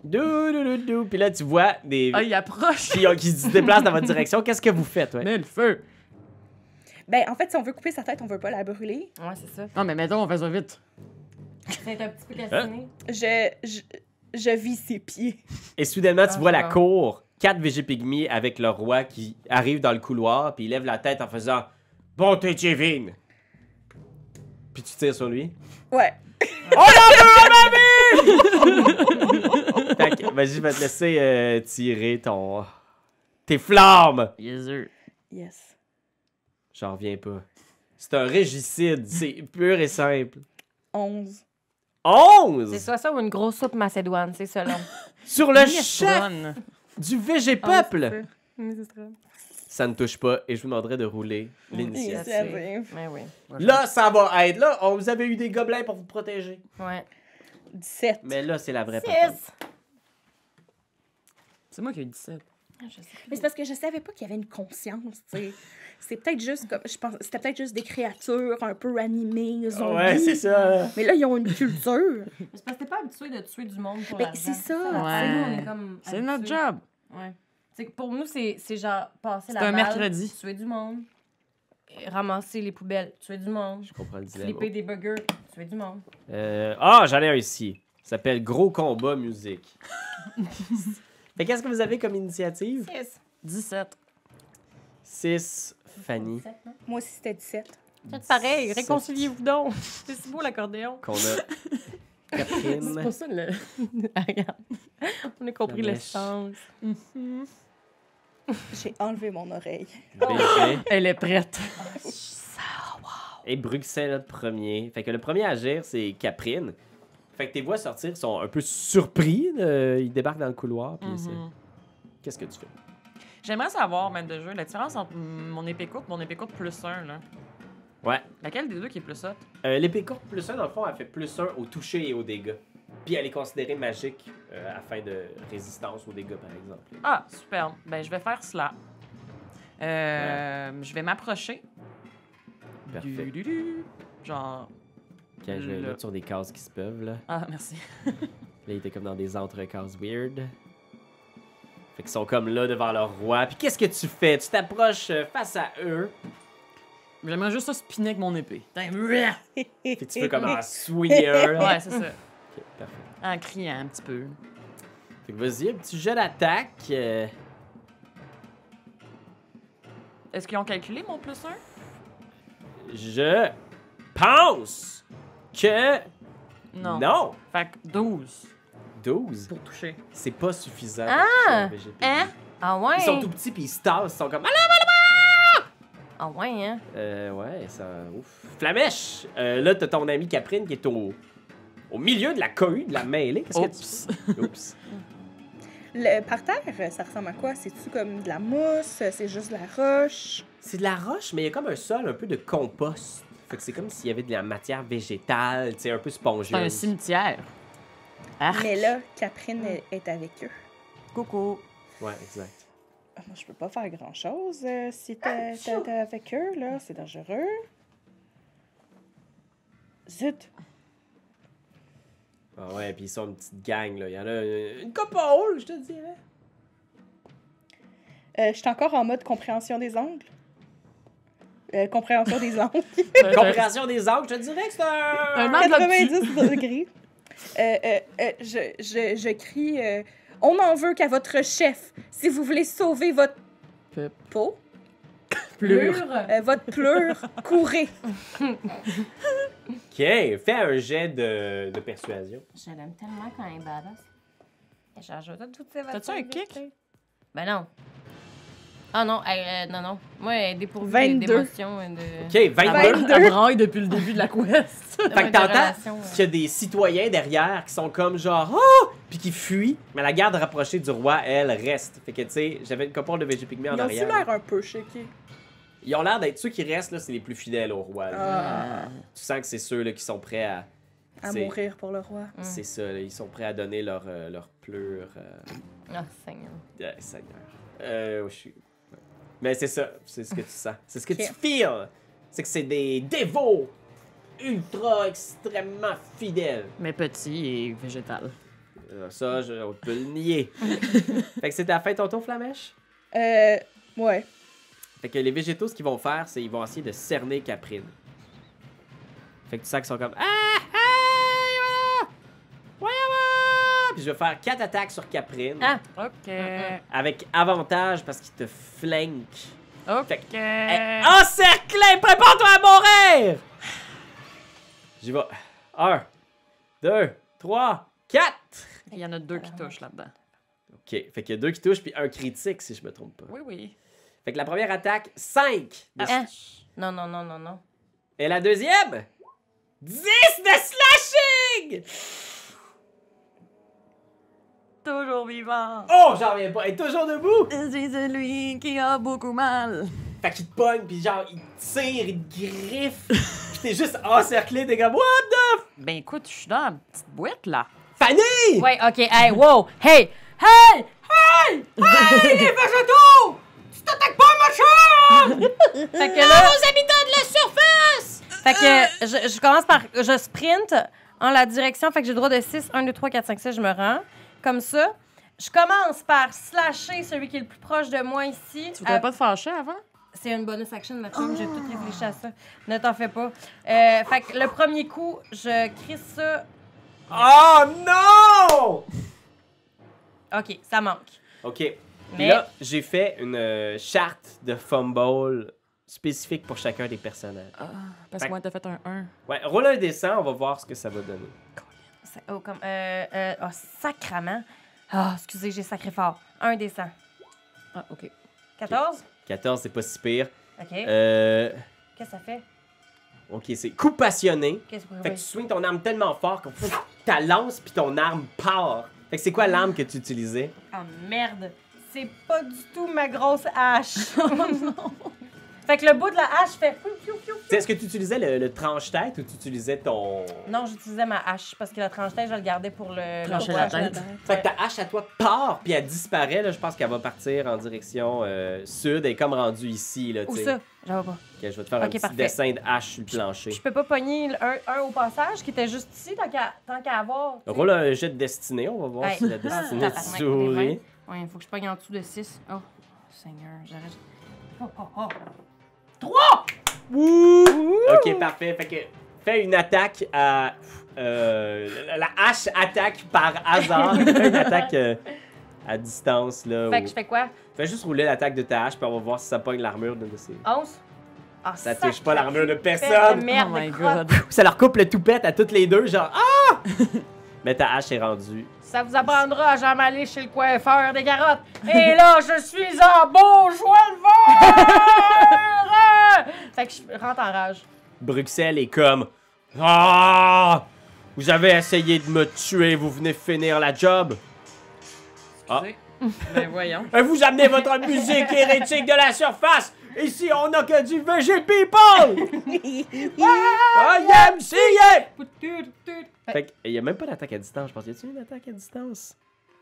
Speaker 2: Dou-dou-dou-dou. Puis là, tu vois des.
Speaker 3: Ah, il approche.
Speaker 2: qui, qui se déplacent dans votre direction. Qu'est-ce que vous faites, ouais?
Speaker 3: Mets le feu.
Speaker 5: Ben, en fait, si on veut couper sa tête, on veut pas la brûler.
Speaker 4: Ouais, c'est ça.
Speaker 3: Non, mais mettons, on fait ça vite.
Speaker 4: C'est un petit peu
Speaker 2: Hein?
Speaker 4: cassiné.
Speaker 5: Je, je, je vis ses pieds.
Speaker 2: Et soudainement, tu
Speaker 4: Ah,
Speaker 2: vois la
Speaker 4: ah.
Speaker 2: cour, quatre VG Pygmy avec le roi qui arrive dans le couloir, puis il lève la tête en faisant Bonté divine! Puis tu tires sur lui.
Speaker 5: Ouais.
Speaker 2: Fait que, vas-y, je vais te laisser euh, tirer ton. tes flammes!
Speaker 3: Yes, sir.
Speaker 5: Yes.
Speaker 2: J'en reviens pas. C'est un régicide, c'est pur et simple.
Speaker 5: 11.
Speaker 2: 11!
Speaker 4: C'est soit ça ou une grosse soupe macédoine, c'est selon.
Speaker 2: Sur le
Speaker 3: Yes,
Speaker 2: chef
Speaker 3: run.
Speaker 2: du VG
Speaker 4: Ah,
Speaker 2: Peuple! Ça ne touche pas et je vous demanderai de rouler l'initiative.
Speaker 5: Initiative.
Speaker 4: Mais oui.
Speaker 2: Là, ça va être. Là, on vous avait eu des gobelins pour vous protéger.
Speaker 4: Ouais.
Speaker 5: 17.
Speaker 2: Mais là, c'est la vraie patente.
Speaker 4: Six!
Speaker 3: C'est moi qui ai dit ça.
Speaker 6: Ah,
Speaker 4: Je sais.
Speaker 5: Mais c'est parce que je savais pas qu'il y avait une conscience, tu sais. C'est peut-être juste comme. Je pense. C'était peut-être juste des créatures un peu animées, zombies.
Speaker 2: Ah Ouais, c'est ça.
Speaker 5: Mais là, ils ont une culture.
Speaker 6: C'est parce que t'es pas habitué de tuer du monde
Speaker 4: Ben,
Speaker 6: pour
Speaker 5: Mais
Speaker 6: l'argent.
Speaker 5: c'est ça.
Speaker 6: la-
Speaker 3: Ouais.
Speaker 6: nous, on est comme
Speaker 3: C'est notre
Speaker 6: habitués.
Speaker 3: job.
Speaker 6: Ouais. C'est que pour nous, c'est c'est genre passer la
Speaker 3: C'est un
Speaker 6: balle,
Speaker 3: mercredi.
Speaker 6: tuer du monde, et ramasser les poubelles, tuer du monde,
Speaker 2: Je oh. comprends le dilemme.
Speaker 6: flipper des burgers, tuer du monde.
Speaker 2: Euh, Ah, j'en ai un ici. Ça s'appelle Gros Combat Musique. Mais qu'est-ce que vous avez comme initiative?
Speaker 3: 17.
Speaker 2: 6. Fanny,
Speaker 5: Moi aussi, c'était 17.
Speaker 4: Faites pareil, réconciliez-vous donc. C'est si beau l'accordéon.
Speaker 2: qu'on a. Catherine,
Speaker 4: ça le.
Speaker 3: Ah,
Speaker 4: Regarde. On a compris le
Speaker 2: La mèche.
Speaker 4: sens.
Speaker 5: J'ai enlevé mon oreille.
Speaker 2: BG
Speaker 3: Elle est prête.
Speaker 2: et Bruxelles le premier. Fait que le premier à agir, c'est Caprine. Fait que tes voix sortir sont un peu surpris. euh, ils débarquent dans le couloir. puis c'est-
Speaker 3: Mhm.
Speaker 2: Qu'est-ce que tu fais?
Speaker 3: J'aimerais savoir, même de jeu, la différence entre mm, mon épée courte et mon épée courte plus 1, là.
Speaker 2: Ouais.
Speaker 3: Laquelle des deux qui est plus haute?
Speaker 2: Euh, L'épée courte plus 1, dans le fond, elle fait plus 1 au toucher et aux dégâts. Puis elle est considérée magique euh, afin de résistance aux dégâts, par exemple.
Speaker 3: Ah, superbe. Ben, je vais faire cela. Euh, Je vais m'approcher.
Speaker 2: Parfait.
Speaker 3: Du, du, du. Genre...
Speaker 2: Quand je vais
Speaker 3: Là.
Speaker 2: mettre sur des cases qui se peuvent, là.
Speaker 3: Ah, merci.
Speaker 2: Là, ils étaient comme dans des entre-cases weird. Fait qu'ils sont comme là devant leur roi. Puis qu'est-ce que tu fais? Tu t'approches euh, face à eux.
Speaker 3: J'aimerais juste ça spinner avec mon épée.
Speaker 2: Puis tu fais comme en swinguer.
Speaker 3: Ouais, c'est ça.
Speaker 2: Ok, parfait.
Speaker 3: En criant un petit peu.
Speaker 2: Fait que vas-y, un petit jeu d'attaque. euh,
Speaker 3: Est-ce qu'ils ont calculé mon plus 1?
Speaker 2: je pense que.
Speaker 3: Non.
Speaker 2: non.
Speaker 3: Fait que 12
Speaker 2: 12.
Speaker 3: pour toucher.
Speaker 2: C'est pas suffisant. pour toucher un
Speaker 4: Ah!
Speaker 2: VGPG.
Speaker 4: Hein? Ah ouais?
Speaker 2: Ils sont tout petits puis ils se tassent. Ils sont comme.
Speaker 4: Ah ouais, hein?
Speaker 2: Euh, ouais, ça. Ouf. Flamèche! Euh, là, t'as ton ami Caprine qui est au. au milieu de la cohue, de la mêlée. Qu'est-ce
Speaker 3: Oups.
Speaker 2: que tu. Oups.
Speaker 5: Le par terre, ça ressemble à quoi? C'est-tu comme de la mousse? C'est juste de la roche?
Speaker 2: C'est de la roche, mais il y a comme un sol un peu de compost. Fait que c'est comme s'il y avait de la matière végétale, tu sais, un peu
Speaker 3: C'est un
Speaker 2: spongieuse.
Speaker 3: cimetière. Ah,
Speaker 5: Mais là, Caprine est- est avec eux.
Speaker 3: coucou.
Speaker 2: Ouais, exact.
Speaker 5: Ah, Moi, je peux pas faire grand-chose euh, si t'es t'es- t'es avec eux, là. C'est dangereux. Zut!
Speaker 2: Ah ouais, puis ils sont une petite gang, là. Il y en a euh, une couple, je te dirais.
Speaker 5: Euh, je suis encore en mode compréhension des angles. Euh, compréhension des angles.
Speaker 2: Compréhension des angles, je te dirais que c'est un.
Speaker 3: Un angle obtus.
Speaker 5: 90 degrés. Euh, euh, euh, je, je, je crie euh, On en veut qu'à votre chef, si vous voulez sauver votre
Speaker 3: Peuple.
Speaker 5: peau,
Speaker 3: Plure.
Speaker 5: euh, votre pleure, courez.
Speaker 2: Ok, fais un jet de, de persuasion.
Speaker 4: Je l'aime tellement quand elle est badass. Elle charge tout toutes ses
Speaker 3: T'as-tu un kick?
Speaker 4: Ben non. Ah non, euh, euh, non, non. Moi, elle est dépourvue
Speaker 5: 22.
Speaker 4: d'émotions. et
Speaker 3: Euh,
Speaker 4: de-
Speaker 2: OK, 22.
Speaker 5: Ben-
Speaker 3: Elle braille depuis le début de la quest.
Speaker 4: de-
Speaker 2: Fait que
Speaker 4: de
Speaker 2: t'entends
Speaker 4: relations, euh.
Speaker 2: qu'il y a des citoyens derrière qui sont comme genre oh! puis qui fuient, mais la garde rapprochée du roi, elle reste. Fait que tu sais, j'avais une copine de VG Pygmée en
Speaker 5: Ils ont aussi
Speaker 2: arrière.
Speaker 5: l'air un peu shaky.
Speaker 2: Ils ont l'air d'être ceux qui restent là, c'est les plus fidèles au roi. là.
Speaker 5: Ah,
Speaker 2: Tu sens que c'est ceux là qui sont prêts à
Speaker 5: à
Speaker 2: c'est-
Speaker 5: mourir pour le roi.
Speaker 4: Mm.
Speaker 2: C'est ça, là, ils sont prêts à donner leur euh, leur pleure. euh,
Speaker 4: Ah, Seigneur.
Speaker 2: Euh, Seigneur. Euh, je suis- ouais. Mais c'est ça, c'est ce que tu sens. C'est ce que
Speaker 5: Ok.
Speaker 2: tu feels. C'est que c'est des dévots ultra extrêmement fidèles.
Speaker 3: Mais petit et végétal.
Speaker 2: Euh, ça, je, on peut le nier. fait que c'est ta fin, tonton Flamèche?
Speaker 5: Euh, ouais.
Speaker 2: Fait que les végétaux, ce qu'ils vont faire, c'est qu'ils vont essayer de cerner Caprine. Fait que tu sens qu'ils sont comme Ah! Hey! Voilà! Voilà! voilà! Puis je vais faire 4 attaques sur Caprine.
Speaker 4: Ah!
Speaker 3: OK.
Speaker 2: Avec avantage parce qu'il te flanque. Fait
Speaker 3: OK.
Speaker 2: Eh, ah! Encerclé, prépare-toi à mourir! J'y vais. 1, 2, 3, 4!
Speaker 3: Il y en a deux qui touchent là-dedans.
Speaker 2: Ok, fait qu'il y a deux qui touchent, puis un critique, si je me trompe pas.
Speaker 3: Oui, oui.
Speaker 2: Fait que la première attaque, 5!
Speaker 3: Ah.
Speaker 4: Hein? Non, non, non, non, non.
Speaker 2: Et la deuxième, 10 de slashing!
Speaker 4: Toujours vivant.
Speaker 2: Oh, j'en reviens pas, elle est toujours debout!
Speaker 4: C'est celui qui a beaucoup mal.
Speaker 2: Fait qu'il te pogne, puis genre, il te tire, il te griffe, puis t'es juste encerclé, t'es comme, what the f-
Speaker 3: Ben écoute, je suis dans la petite boîte là.
Speaker 2: Fanny!
Speaker 4: Ouais, ok, hey, wow, hey, hey! Fait que là, fait que je, je commence par, je sprint en la direction, fait que j'ai le droit de 6, 1, 2, 3, 4, 5, 6, je me rends. Comme ça, je commence par slasher celui qui est le plus proche de moi ici.
Speaker 3: Tu voudrais
Speaker 4: À-
Speaker 3: pas te fâcher avant?
Speaker 4: C'est une bonus action, ma chum. J'ai tout réfléchi à ça. Ne t'en fais pas. Euh, fait que le premier coup, je crie ça.
Speaker 2: Oh non!
Speaker 4: OK, ça manque.
Speaker 2: Ok.
Speaker 4: Mais-
Speaker 2: Là, j'ai fait une euh, charte de fumble spécifique pour chacun des personnages.
Speaker 3: Ah, Parce
Speaker 2: Fait-
Speaker 3: que moi, t'as fait un 1.
Speaker 2: Ouais, roule un dessin, on va voir ce que ça va donner.
Speaker 4: Ça- Oh, comme. Euh, euh, oh, sacrament. Ah, excusez, j'ai sacré fort. Un des 100.
Speaker 3: Ah, OK.
Speaker 4: 14?
Speaker 2: 14, c'est pas si pire.
Speaker 4: OK.
Speaker 2: Euh,
Speaker 4: Qu'est-ce que ça fait?
Speaker 2: ok, c'est coup passionné.
Speaker 4: Qu'est-ce que
Speaker 2: Fait que
Speaker 4: oui.
Speaker 2: tu swings ton arme tellement fort que pff, ta lance puis ton arme part. Fait que c'est quoi l'arme que tu utilisais?
Speaker 4: Ah, merde. C'est pas du tout ma grosse hache. oh non. Fait que le bout de la hache fait. fiou, fiou, fiou.
Speaker 2: Tu sais, Est-ce que tu utilisais le, le tranche-tête ou tu utilisais ton.
Speaker 4: Non, j'utilisais ma hache parce que la tranche tête, je le gardais pour le.
Speaker 3: Trancher
Speaker 4: le
Speaker 3: la
Speaker 4: bois.
Speaker 3: tête.
Speaker 2: Fait que ta hache à toi part puis elle disparaît. Là, je pense qu'elle va partir en direction euh, sud et comme rendue ici. Là,
Speaker 4: Ou
Speaker 2: tu sais.
Speaker 4: ça, j'en vois pas.
Speaker 2: Ok, je vais te faire un
Speaker 4: Ok,
Speaker 2: petit
Speaker 4: parfait.
Speaker 2: dessin de hache sur le plancher.
Speaker 4: Je peux pas pogner le- un, un au passage qui était juste ici tant qu'à tant qu'à avoir. tu sais.
Speaker 2: Roule un jet de destinée, on va voir
Speaker 4: Hey.
Speaker 2: si la destinée te
Speaker 4: Ah, Tabarnak,
Speaker 2: sourit.
Speaker 6: Ouais, faut que je pogne en dessous de 6. Oh, Seigneur, j'arrête. Oh, oh, oh.
Speaker 2: Ok, parfait. Fait que fais une attaque à. euh, la- la hache attaque par hasard. Fais une attaque euh, à distance. là.
Speaker 4: Fait
Speaker 2: ou-
Speaker 4: que je fais quoi?
Speaker 2: Fais juste rouler l'attaque de ta hache, puis on va voir si ça pogne l'armure de de ces.
Speaker 4: 11? Ah,
Speaker 2: Ça
Speaker 4: sacré
Speaker 2: touche pas l'armure de
Speaker 4: peste
Speaker 2: personne.
Speaker 4: de merde,
Speaker 3: oh my
Speaker 4: de crotte.
Speaker 3: god.
Speaker 2: Ça leur coupe le toupette à toutes les deux, genre Ah! Mais ta hache est rendue.
Speaker 4: Ça vous apprendra à jamais aller chez le coiffeur des carottes. Et là, je suis en beau joie le vent! fait que je rentre en rage.
Speaker 2: Bruxelles est comme Ah! Vous avez essayé de me tuer, vous venez finir la job.
Speaker 3: Ben voyons.
Speaker 2: Et vous amenez votre musique hérétique de la surface! Ici, on n'a que du VG People! Ah, YMCA! Fait que, il n'y a même pas d'attaque à distance, je pense. Y a-t-il une attaque à distance?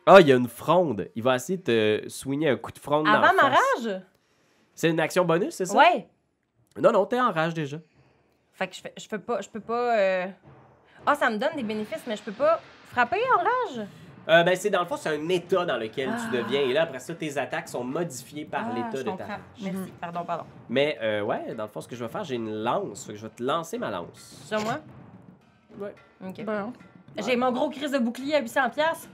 Speaker 2: Ah, il y a une fronde. Il va essayer de te soigner un coup de fronde dans la
Speaker 4: Avant ma
Speaker 2: face.
Speaker 4: rage?
Speaker 2: C'est une action bonus, c'est ça?
Speaker 4: Ouais.
Speaker 2: Non, non, t'es en rage déjà.
Speaker 4: Fait que je, fais- je peux pas. Je peux pas. euh, Ah, ça me donne des bénéfices, mais je peux pas frapper en rage?
Speaker 2: Euh, ben, c'est dans le fond, c'est un état dans lequel tu deviens. Et là, après ça, tes attaques sont modifiées par
Speaker 4: Ah,
Speaker 2: l'état
Speaker 4: je
Speaker 2: de ta
Speaker 4: comprends.
Speaker 2: rage.
Speaker 4: Merci. Mhm. Pardon, pardon.
Speaker 2: Mais, euh, ouais, dans le fond, ce que je vais faire, j'ai une lance. Fait que je vais te lancer ma lance.
Speaker 4: Sur moi?
Speaker 2: Ouais.
Speaker 4: Ok.
Speaker 3: Bon.
Speaker 4: J'ai mon gros crise de bouclier à 800$. piastres.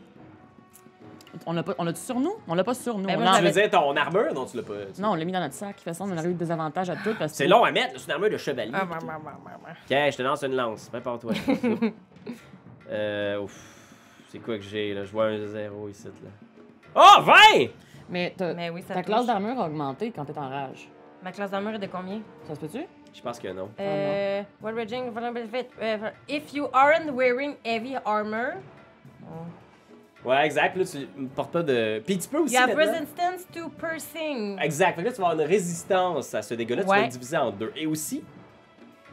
Speaker 3: On l'a pas... on l'a-tu sur nous? On l'a pas sur nous.
Speaker 4: Ben
Speaker 3: on
Speaker 4: moi, je
Speaker 3: l'a-
Speaker 2: Tu veux dire ton armure? Non, tu l'as pas. tu-
Speaker 3: Non, on l'a mis dans notre sac. De toute façon, on a eu des avantages à tout parce que.
Speaker 2: C'est long à mettre, là, c'est une armure de chevalier.
Speaker 4: Ah,
Speaker 2: pis
Speaker 4: bah,
Speaker 2: tout.
Speaker 4: bah, bah, bah, bah.
Speaker 2: Ok, je te lance une lance. Prépare-toi. euh, ouf. C'est quoi que j'ai, là? Je vois un zéro ici, là. Oh, 20!
Speaker 3: Mais, t'as-
Speaker 4: Mais oui, ça
Speaker 3: ta
Speaker 4: touche.
Speaker 3: classe d'armure a augmenté quand t'es en rage.
Speaker 4: Ma classe d'armure est de combien?
Speaker 3: Ça se peut-tu?
Speaker 2: Je pense que non.
Speaker 4: Euh, while raging, vulnerable fit, euh, if you aren't wearing heavy armor,
Speaker 2: Ouais, exact. Là, tu ne portes pas de. Puis tu peux aussi.
Speaker 4: you have
Speaker 2: maintenant-
Speaker 4: resistance to piercing.
Speaker 2: Exact. Fait que là, tu vas avoir une résistance à ce dégât-là. Tu
Speaker 4: Ouais.
Speaker 2: vas le diviser en deux. Et aussi,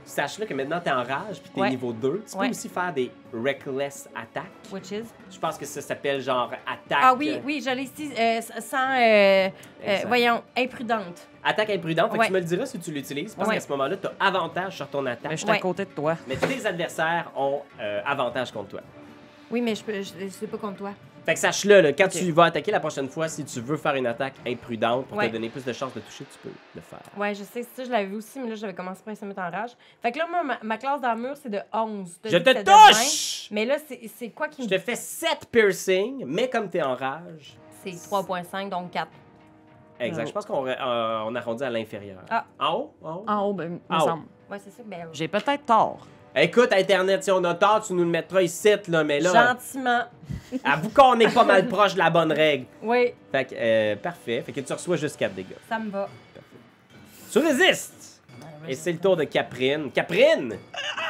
Speaker 2: sache-le que maintenant, tu es en rage puis tu es
Speaker 4: Ouais.
Speaker 2: niveau 2. Tu
Speaker 4: Ouais.
Speaker 2: peux aussi faire des reckless attack.
Speaker 4: Which is?
Speaker 2: Je pense que ça s'appelle genre attaque.
Speaker 4: Ah oui, oui, j'allais ici euh, sans, euh, euh,
Speaker 2: Exact.
Speaker 4: voyons, imprudente.
Speaker 2: Attaque imprudente. Fait que
Speaker 4: Ouais.
Speaker 2: tu me le diras si tu l'utilises parce
Speaker 4: Ouais.
Speaker 2: qu'à ce moment-là, tu as avantage sur ton attaque.
Speaker 3: Mais Ben, je suis à
Speaker 4: Ouais.
Speaker 3: côté de toi.
Speaker 2: Mais tes adversaires ont euh, avantage contre toi.
Speaker 4: Oui, mais je peux, je, je sais pas contre toi.
Speaker 2: Fait que sache-le, là, quand
Speaker 4: Ok.
Speaker 2: tu vas attaquer la prochaine fois, si tu veux faire une attaque imprudente pour
Speaker 4: Ouais.
Speaker 2: te donner plus de chances de toucher, tu peux le faire.
Speaker 4: Ouais, je sais, ça, je l'avais vu aussi, mais là, j'avais commencé par se mettre en rage. Fait que là, moi, ma, ma classe d'armure, c'est de 11. T'as
Speaker 2: Je
Speaker 4: dit
Speaker 2: te
Speaker 4: que c'était de
Speaker 2: touche!
Speaker 4: 20, Mais là, c'est c'est quoi qui
Speaker 2: Je
Speaker 4: me
Speaker 2: te fais 7 piercings, mais comme t'es en rage.
Speaker 4: C'est 3.5, donc 4.
Speaker 2: Exact. Je pense qu'on re- euh, on arrondit à l'inférieur.
Speaker 4: Oh. Ah.
Speaker 2: En haut? En haut?
Speaker 3: En haut, ben, me
Speaker 2: Ah, oh.
Speaker 3: semble.
Speaker 4: Ouais, c'est ça, ben,
Speaker 3: J'ai peut-être tort.
Speaker 2: Écoute, Internet, si on a tort, tu nous le mettras ici, là, mais là,
Speaker 4: Gentiment.
Speaker 2: avoue qu'on est pas mal proche de la bonne règle.
Speaker 4: Oui,
Speaker 2: Fait que, euh, parfait. Fait que tu reçois juste 4 dégâts.
Speaker 4: ça me va.
Speaker 2: Tu résistes! Et c'est le tour de Caprine. Caprine!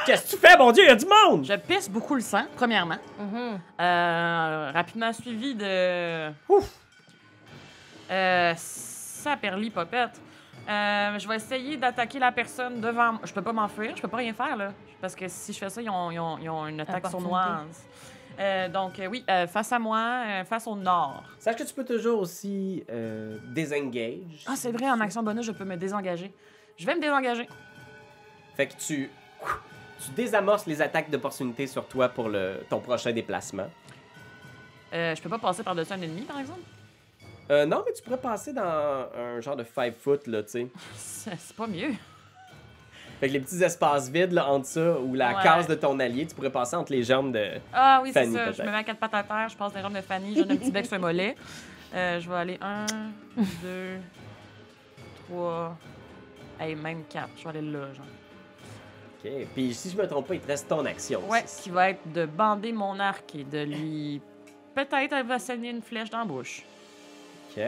Speaker 2: Qu'est-ce que tu fais, mon Dieu? Il y a du monde!
Speaker 3: Je pisse beaucoup le sang, premièrement.
Speaker 4: Mhm.
Speaker 3: Euh, rapidement suivi de.
Speaker 2: Ouf!
Speaker 3: Euh, ça perlit popette. Euh, je vais essayer d'attaquer la personne devant moi. Je peux pas m'enfuir, je peux pas rien faire, là. Parce que si je fais ça, ils ont, ils ont- ils ont une attaque
Speaker 4: Opportunité.
Speaker 3: sournoise. Euh, donc, euh, oui, euh, face à moi, euh, face au nord.
Speaker 2: Sache que tu peux toujours aussi euh, désengage.
Speaker 3: Ah, c'est vrai, en action bonus, je peux me désengager. Je vais me désengager.
Speaker 2: Fait que tu, tu désamorces les attaques d'opportunité sur toi pour le, ton prochain déplacement.
Speaker 3: Euh, je peux pas passer par-dessus un ennemi, par exemple?
Speaker 2: Euh, non, mais tu pourrais passer dans un genre de 5 foot, là, tu sais.
Speaker 3: C'est c'est pas mieux.
Speaker 2: Fait que les petits espaces vides, là, entre ça, ou la
Speaker 3: Ouais.
Speaker 2: case de ton allié, tu pourrais passer entre les jambes de...
Speaker 3: Ah oui, c'est
Speaker 2: Fanny,
Speaker 3: ça. Je
Speaker 2: peut-être.
Speaker 3: me mets à quatre pattes à terre, je passe des jambes de Fanny, je donne un petit bec sur le mollet. Euh, je vais aller un, deux, trois, et même quatre. Je vais aller là, genre.
Speaker 2: OK. Puis si je me trompe pas, il te reste ton action.
Speaker 3: Ouais, ce
Speaker 2: C'est-
Speaker 3: qui va être de bander mon arc et de lui. Peut-être elle va saigner une flèche dans la bouche.
Speaker 2: OK.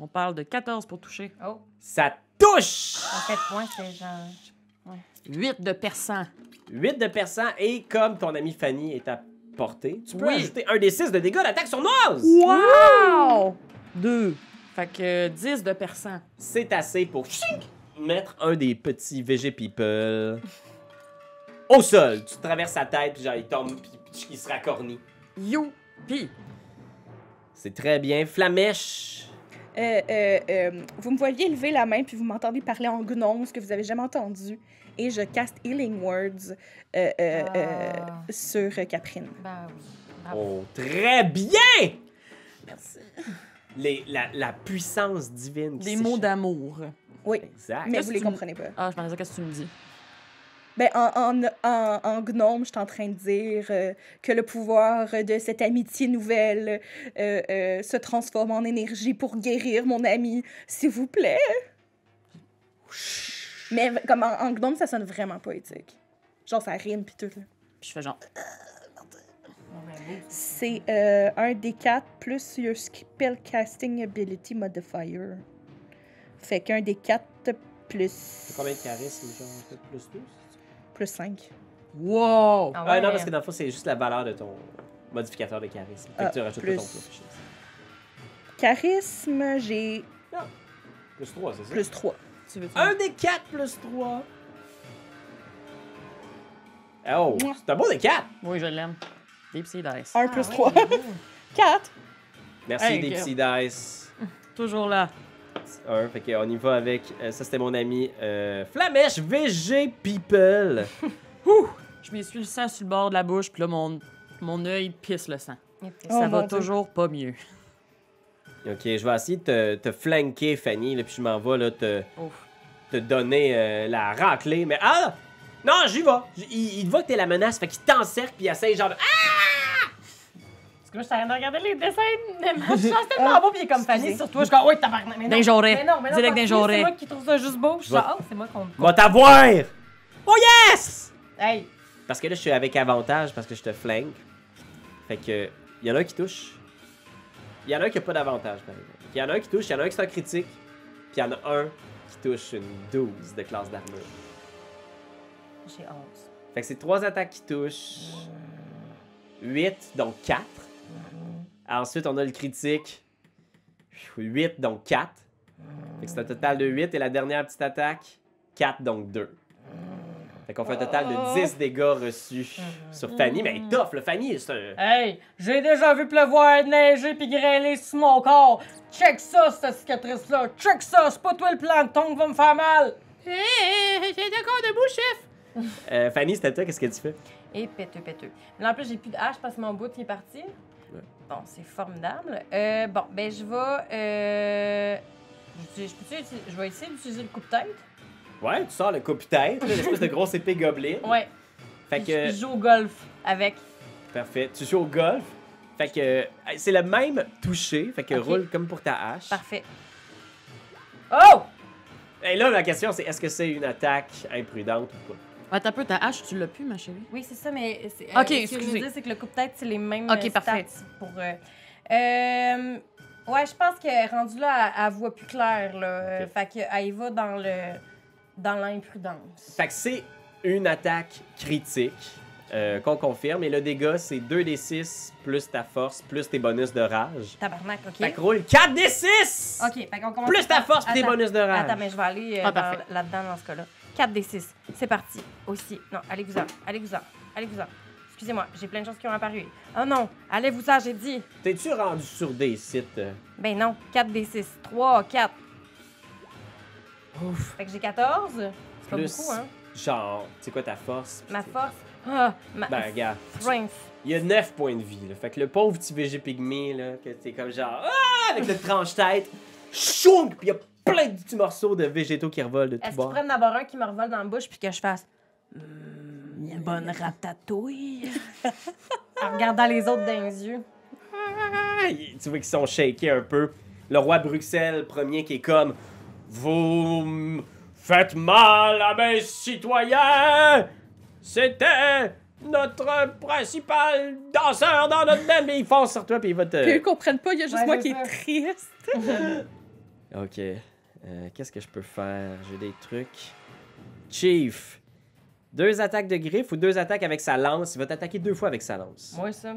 Speaker 3: On parle de 14 pour toucher.
Speaker 4: Oh,
Speaker 2: Ça touche!
Speaker 4: en fait, moi, c'est genre.
Speaker 3: 8 de perçant.
Speaker 2: 8 de perçant, et comme ton ami Fanny est à portée, tu peux
Speaker 3: Oui.
Speaker 2: ajouter un des 6 de dégâts d'attaque sur Noz!
Speaker 3: Wow! 2. Fait que 10 de perçant.
Speaker 2: C'est assez pour chink, mettre un des petits VG People au sol. Tu traverses sa tête, puis genre, il tombe, puis puis il se racornit.
Speaker 3: Youpi!
Speaker 2: C'est très bien. Flamèche!
Speaker 5: Euh, euh, euh, vous me voyez lever la main puis vous m'entendez parler en gnome, ce que vous avez jamais entendu. Et je caste Healing Words euh, euh, euh,
Speaker 4: Ah.
Speaker 5: sur euh, Caprine.
Speaker 4: Ben oui.
Speaker 3: Ah.
Speaker 2: Oh, très bien! Merci. Les, la, la puissance divine. qui
Speaker 3: Des mots
Speaker 2: s'échappe.
Speaker 3: d'amour.
Speaker 5: Oui,
Speaker 2: Exact.
Speaker 5: mais
Speaker 3: Là,
Speaker 5: vous
Speaker 3: c'est
Speaker 5: les
Speaker 3: une-
Speaker 5: comprenez pas.
Speaker 3: Ah, je me disais, qu'est-ce que tu me dis?
Speaker 5: Ben, en, en, en, en gnome, je suis en train de dire euh, que le pouvoir de cette amitié nouvelle euh, euh, se transforme en énergie pour guérir mon ami, s'il vous plaît. Mais v- comme en, en gnome, ça sonne vraiment poétique. Genre, ça rime puis tout. là.
Speaker 3: Puis je fais genre.
Speaker 5: C'est euh, un des quatre plus your spell casting ability modifier. Fait qu'un des quatre plus.
Speaker 2: Combien de charisme, genre, peut-être plus 12?
Speaker 5: Plus 5.
Speaker 3: Wow!
Speaker 4: Ah
Speaker 2: Ah,
Speaker 4: ouais.
Speaker 2: non, parce que dans le fond, c'est juste la valeur de ton modificateur de charisme. Fait que
Speaker 5: Ah,
Speaker 2: tu rajoutes
Speaker 5: plus-
Speaker 2: pas ton plus.
Speaker 5: Charisme, j'ai
Speaker 2: Plus 3, c'est ça?
Speaker 5: plus 3.
Speaker 3: Tu veux
Speaker 2: Un des 4 plus 3. Oh, c'est un bon des 4.
Speaker 3: Oui, je l'aime. Deep Sea Dice.
Speaker 5: 1 plus
Speaker 4: Ah
Speaker 5: 3. 4.
Speaker 2: Merci,
Speaker 3: Hey,
Speaker 2: des
Speaker 3: girl.
Speaker 2: petits dice.
Speaker 3: Toujours là.
Speaker 2: Un, fait qu'on y va avec. euh, ça, c'était mon ami euh, Flamèche VG People.
Speaker 3: Je m'essuie le sang sur le bord de la bouche, puis là, mon, mon œil pisse le sang.
Speaker 4: Et puis,
Speaker 5: Oh,
Speaker 3: ça va
Speaker 5: mon Dieu.
Speaker 3: toujours pas mieux.
Speaker 2: Ok, je vais essayer de te, te flanquer, Fanny, là, puis je m'en vais là, te,
Speaker 3: Ouf.
Speaker 2: te donner euh, la raclée. Mais ah! Non, j'y vais! J- Il, il voit que t'es la menace, fait qu'il t'encercle, puis il essaye genre de. Ah!
Speaker 4: Parce que moi, je suis en train de regarder les dessins de ma chance
Speaker 2: Ah.
Speaker 4: tellement beau, puis il est comme Fanny sur toi. Je suis comme, oui, tabarnak. mais non.
Speaker 3: D'un joré.
Speaker 4: Mais non, mais non,
Speaker 3: Direct
Speaker 4: tant
Speaker 3: d'un
Speaker 4: pis,
Speaker 3: joré.
Speaker 4: C'est moi qui trouve ça juste beau. Je suis
Speaker 2: Va-
Speaker 4: genre, oh, c'est moi qu'on.
Speaker 2: Va t'avoir! Oh yes!
Speaker 4: Hey,
Speaker 2: Parce que là, je suis avec avantage parce que je te flingue. Fait que, il y en a un qui touche. Il y en a un qui a pas d'avantage, par exemple. Il y en a un qui touche, il y en a un qui est un critique, puis il y en a un qui touche une 12 de classe d'armure.
Speaker 4: J'ai 11.
Speaker 2: Fait que c'est 3 attaques qui touchent. 8, donc 4. Ensuite, on a le critique. 8, donc 4. Fait que c'est un total de 8. Et la dernière petite attaque, 4, donc 2. Fait qu'on fait un total
Speaker 4: Oh.
Speaker 2: de 10 dégâts reçus sur Fanny. Mais
Speaker 4: Mm.
Speaker 2: elle est tough, là. Fanny, c'est un.
Speaker 3: Hey, j'ai déjà vu pleuvoir, neiger puis grêler sur mon corps. Check ça, cette cicatrice-là. Check ça, c'est pas toi le plancton qui va me faire mal.
Speaker 8: Hé, hé, hé, j'ai d'accord debout, chef!
Speaker 2: Euh, Fanny, c'était toi, qu'est-ce que tu fais?
Speaker 4: Et péteux, péteux. Mais là, en plus, j'ai plus de hache parce que mon bout il est parti. Bon, c'est formidable. Euh, bon, ben, je vais. Euh... Je, je peux-tu utiliser- je vais essayer d'utiliser le coup de tête.
Speaker 2: Ouais, tu sors le coupe-tête, là, l'espèce de grosse épée gobeline.
Speaker 4: Ouais.
Speaker 2: Fait
Speaker 4: Puis je-
Speaker 2: que.
Speaker 4: je joue au golf avec.
Speaker 2: Parfait. Tu joues au golf. Fait que euh, c'est le même toucher. Fait que
Speaker 4: Ok.
Speaker 2: roule comme pour ta hache.
Speaker 4: Parfait. Oh!
Speaker 2: Et là, la question, c'est est-ce que c'est une attaque imprudente ou pas?
Speaker 3: Ah,
Speaker 9: Attends un peu, ta hache, tu l'as plus, ma chérie?
Speaker 4: Oui, c'est ça, mais. c'est- euh,
Speaker 9: Ok,
Speaker 4: ce que je veux
Speaker 9: excusez.
Speaker 4: dire, c'est que le coup de tête, c'est les mêmes.
Speaker 9: Ok,
Speaker 4: euh,
Speaker 9: parfait.
Speaker 4: stats Pour, euh, euh, ouais, je pense que rendu là, elle, elle voit plus clair, là. Euh,
Speaker 2: Ok.
Speaker 4: Fait qu'elle y va dans le. dans l'imprudence.
Speaker 2: Fait que c'est une attaque critique euh, qu'on confirme. Et le dégât, c'est 2d6 plus ta force plus tes bonus de rage.
Speaker 4: Tabarnak, ok.
Speaker 2: Fait que roule 4d6!
Speaker 4: Ok, fait qu'on commence.
Speaker 2: Plus ta force plus tes
Speaker 4: Attends.
Speaker 2: bonus de rage.
Speaker 4: Attends, mais je vais aller euh,
Speaker 9: Ah,
Speaker 4: dans-
Speaker 9: parfait.
Speaker 4: là-dedans dans ce cas-là. 4 des 6. C'est parti. Aussi. Non, allez-vous-en. Allez-vous-en. Allez-vous-en. Excusez-moi, j'ai plein de choses qui ont apparu. Oh non, allez-vous-en, j'ai dit.
Speaker 2: T'es-tu rendu sur des sites? euh?
Speaker 4: Ben non, 4 des 6. 3, 4.
Speaker 2: Ouf.
Speaker 4: Fait que j'ai 14. C'est pas
Speaker 2: Plus
Speaker 4: beaucoup, hein.
Speaker 2: Genre, c'est quoi ta force?
Speaker 4: Ma force. Ah, ma
Speaker 2: Ben, regarde.
Speaker 4: strength.
Speaker 2: Il y a 9 points de vie. Là. Fait que le pauvre petit VG Pygmy, là, que t'es comme genre. Ah! Avec le tranche-tête. Choum! Puis il y a plein de petits morceaux de végétaux qui revolent de tout
Speaker 4: Est-ce qu'ils
Speaker 2: bord.
Speaker 4: prennent d'abord un qui me revole dans la bouche puis que je fasse
Speaker 2: Hmm,
Speaker 4: Hmm.
Speaker 7: Une bonne ratatouille.
Speaker 4: en regardant les autres dans les yeux?
Speaker 2: Ah, y- tu vois qu'ils sont shakés un peu. Le roi Bruxelles, premier, qui est comme. Vous me faites mal à mes citoyens! C'était notre principal danseur dans notre thème. Mais ils foncent sur toi, puis ils vont te.
Speaker 5: Puis eux comprennent pas, il y a juste
Speaker 4: Ouais,
Speaker 5: moi
Speaker 4: c'est
Speaker 5: qui
Speaker 4: ça.
Speaker 5: est triste.
Speaker 2: Ok. Euh, Qu'est-ce que je peux faire? J'ai des trucs. Chief. Deux attaques de griffes ou deux attaques avec sa lance. Il va t'attaquer deux fois avec sa lance.
Speaker 4: Moi, ça.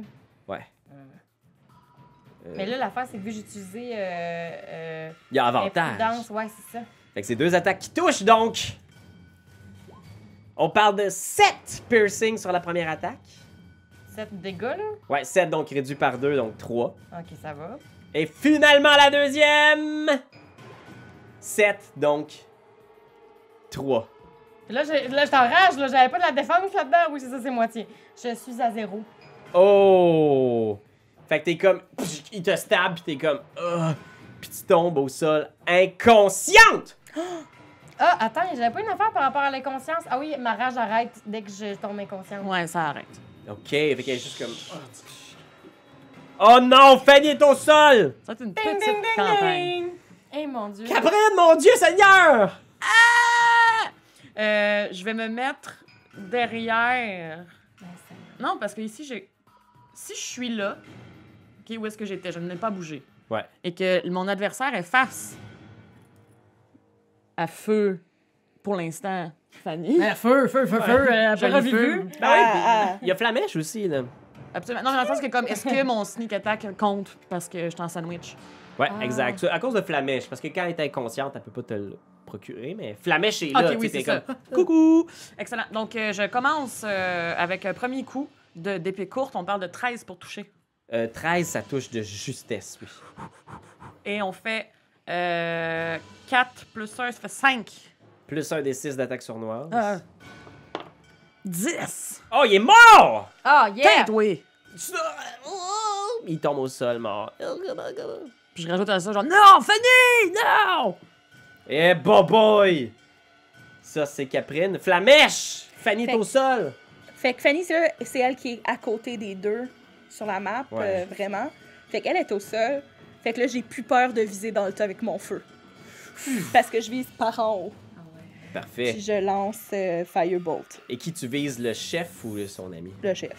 Speaker 2: Ouais. Euh,
Speaker 4: Mais là, l'affaire, c'est que vu que j'ai utilisé. Euh, euh,
Speaker 2: il y a avantage.
Speaker 4: imprudence, ouais, c'est ça.
Speaker 2: Fait que c'est deux attaques qui touchent donc. On parle de 7 piercings sur la première attaque.
Speaker 4: 7 dégâts, là.
Speaker 2: Ouais, 7 donc réduit par 2, donc 3.
Speaker 4: Ok, ça va.
Speaker 2: Et finalement la deuxième. 7 donc 3.
Speaker 4: Là, j'ai- là, je t'enrage, là. J'avais pas de la défense là-dedans. Oui, c'est ça, c'est moitié. Je suis à zéro.
Speaker 2: Oh! Fait que t'es comme. pff, Il te stab, pis t'es comme. ah, Pis tu tombes au sol inconsciente!
Speaker 4: Ah, attends, j'avais pas une affaire par rapport à l'inconscience. Ah oui, ma rage arrête dès que je tombe inconsciente.
Speaker 7: Ouais, ça arrête.
Speaker 2: Ok, fait qu'elle est juste comme. ah, pff. Oh non, Fanny est au sol!
Speaker 7: Ça, c'est une petite campagne.
Speaker 4: Eh mon dieu.
Speaker 2: Caprine, mon Dieu Seigneur!
Speaker 7: Euh, je vais me mettre derrière.
Speaker 4: Ben, c'est-
Speaker 7: Non, parce que ici, j'ai. Si je suis là, OK, où est-ce que j'étais? Je n'ai pas bougé.
Speaker 2: Ouais.
Speaker 7: Et que mon adversaire est face à feu, pour l'instant, Fanny.
Speaker 3: Mais Ben, feu, feu, feu, feu. euh,
Speaker 7: Joli
Speaker 3: après revive
Speaker 7: feu.
Speaker 3: feu.
Speaker 2: Ben ouais,
Speaker 7: ah.
Speaker 2: pis il y a Flamèche aussi, là.
Speaker 7: Absolument. Non, mais dans le sens que, comme, est-ce que mon sneak attack compte parce que je suis en sandwich?
Speaker 2: Ouais,
Speaker 7: Ah.
Speaker 2: exact. À cause de Flamèche, parce que quand elle est inconsciente, elle peut pas te le procurer, mais Flamèche est là,
Speaker 7: Ah, Ok,
Speaker 2: tu sais,
Speaker 7: oui,
Speaker 2: t'es
Speaker 7: c'est
Speaker 2: comme.
Speaker 7: ça. Coucou! Excellent. Donc, euh, je commence euh, avec un premier coup de- d'épée courte. On parle de 13 pour toucher.
Speaker 2: Euh, 13, ça touche de justesse, oui.
Speaker 7: Et on fait euh, 4 plus 1, ça fait 5.
Speaker 2: Plus un des 6 d'attaque sur noir.
Speaker 7: Ah.
Speaker 3: Euh,
Speaker 7: 10!
Speaker 2: Oh, il est mort! Oh!
Speaker 4: Ah, yeah!
Speaker 7: oui!
Speaker 2: Il tombe au sol, mort.
Speaker 7: Puis je rajoute à ça, genre, non, Fanny! Non!
Speaker 2: Eh, bon boy! Ça, c'est Caprine. Flamèche! Fanny est
Speaker 5: Fait-
Speaker 2: au sol!
Speaker 5: Fait que Fanny, c'est là- c'est elle qui est à côté des deux sur la map,
Speaker 2: Ouais.
Speaker 5: euh, vraiment. Fait qu'elle est au sol. Fait que là, j'ai plus peur de viser dans le tas avec mon feu. Parce que je vise par en haut. Puis
Speaker 2: Parfait.
Speaker 5: je lance euh, Firebolt,
Speaker 2: Et qui tu vises, le chef ou son ami?
Speaker 5: le chef.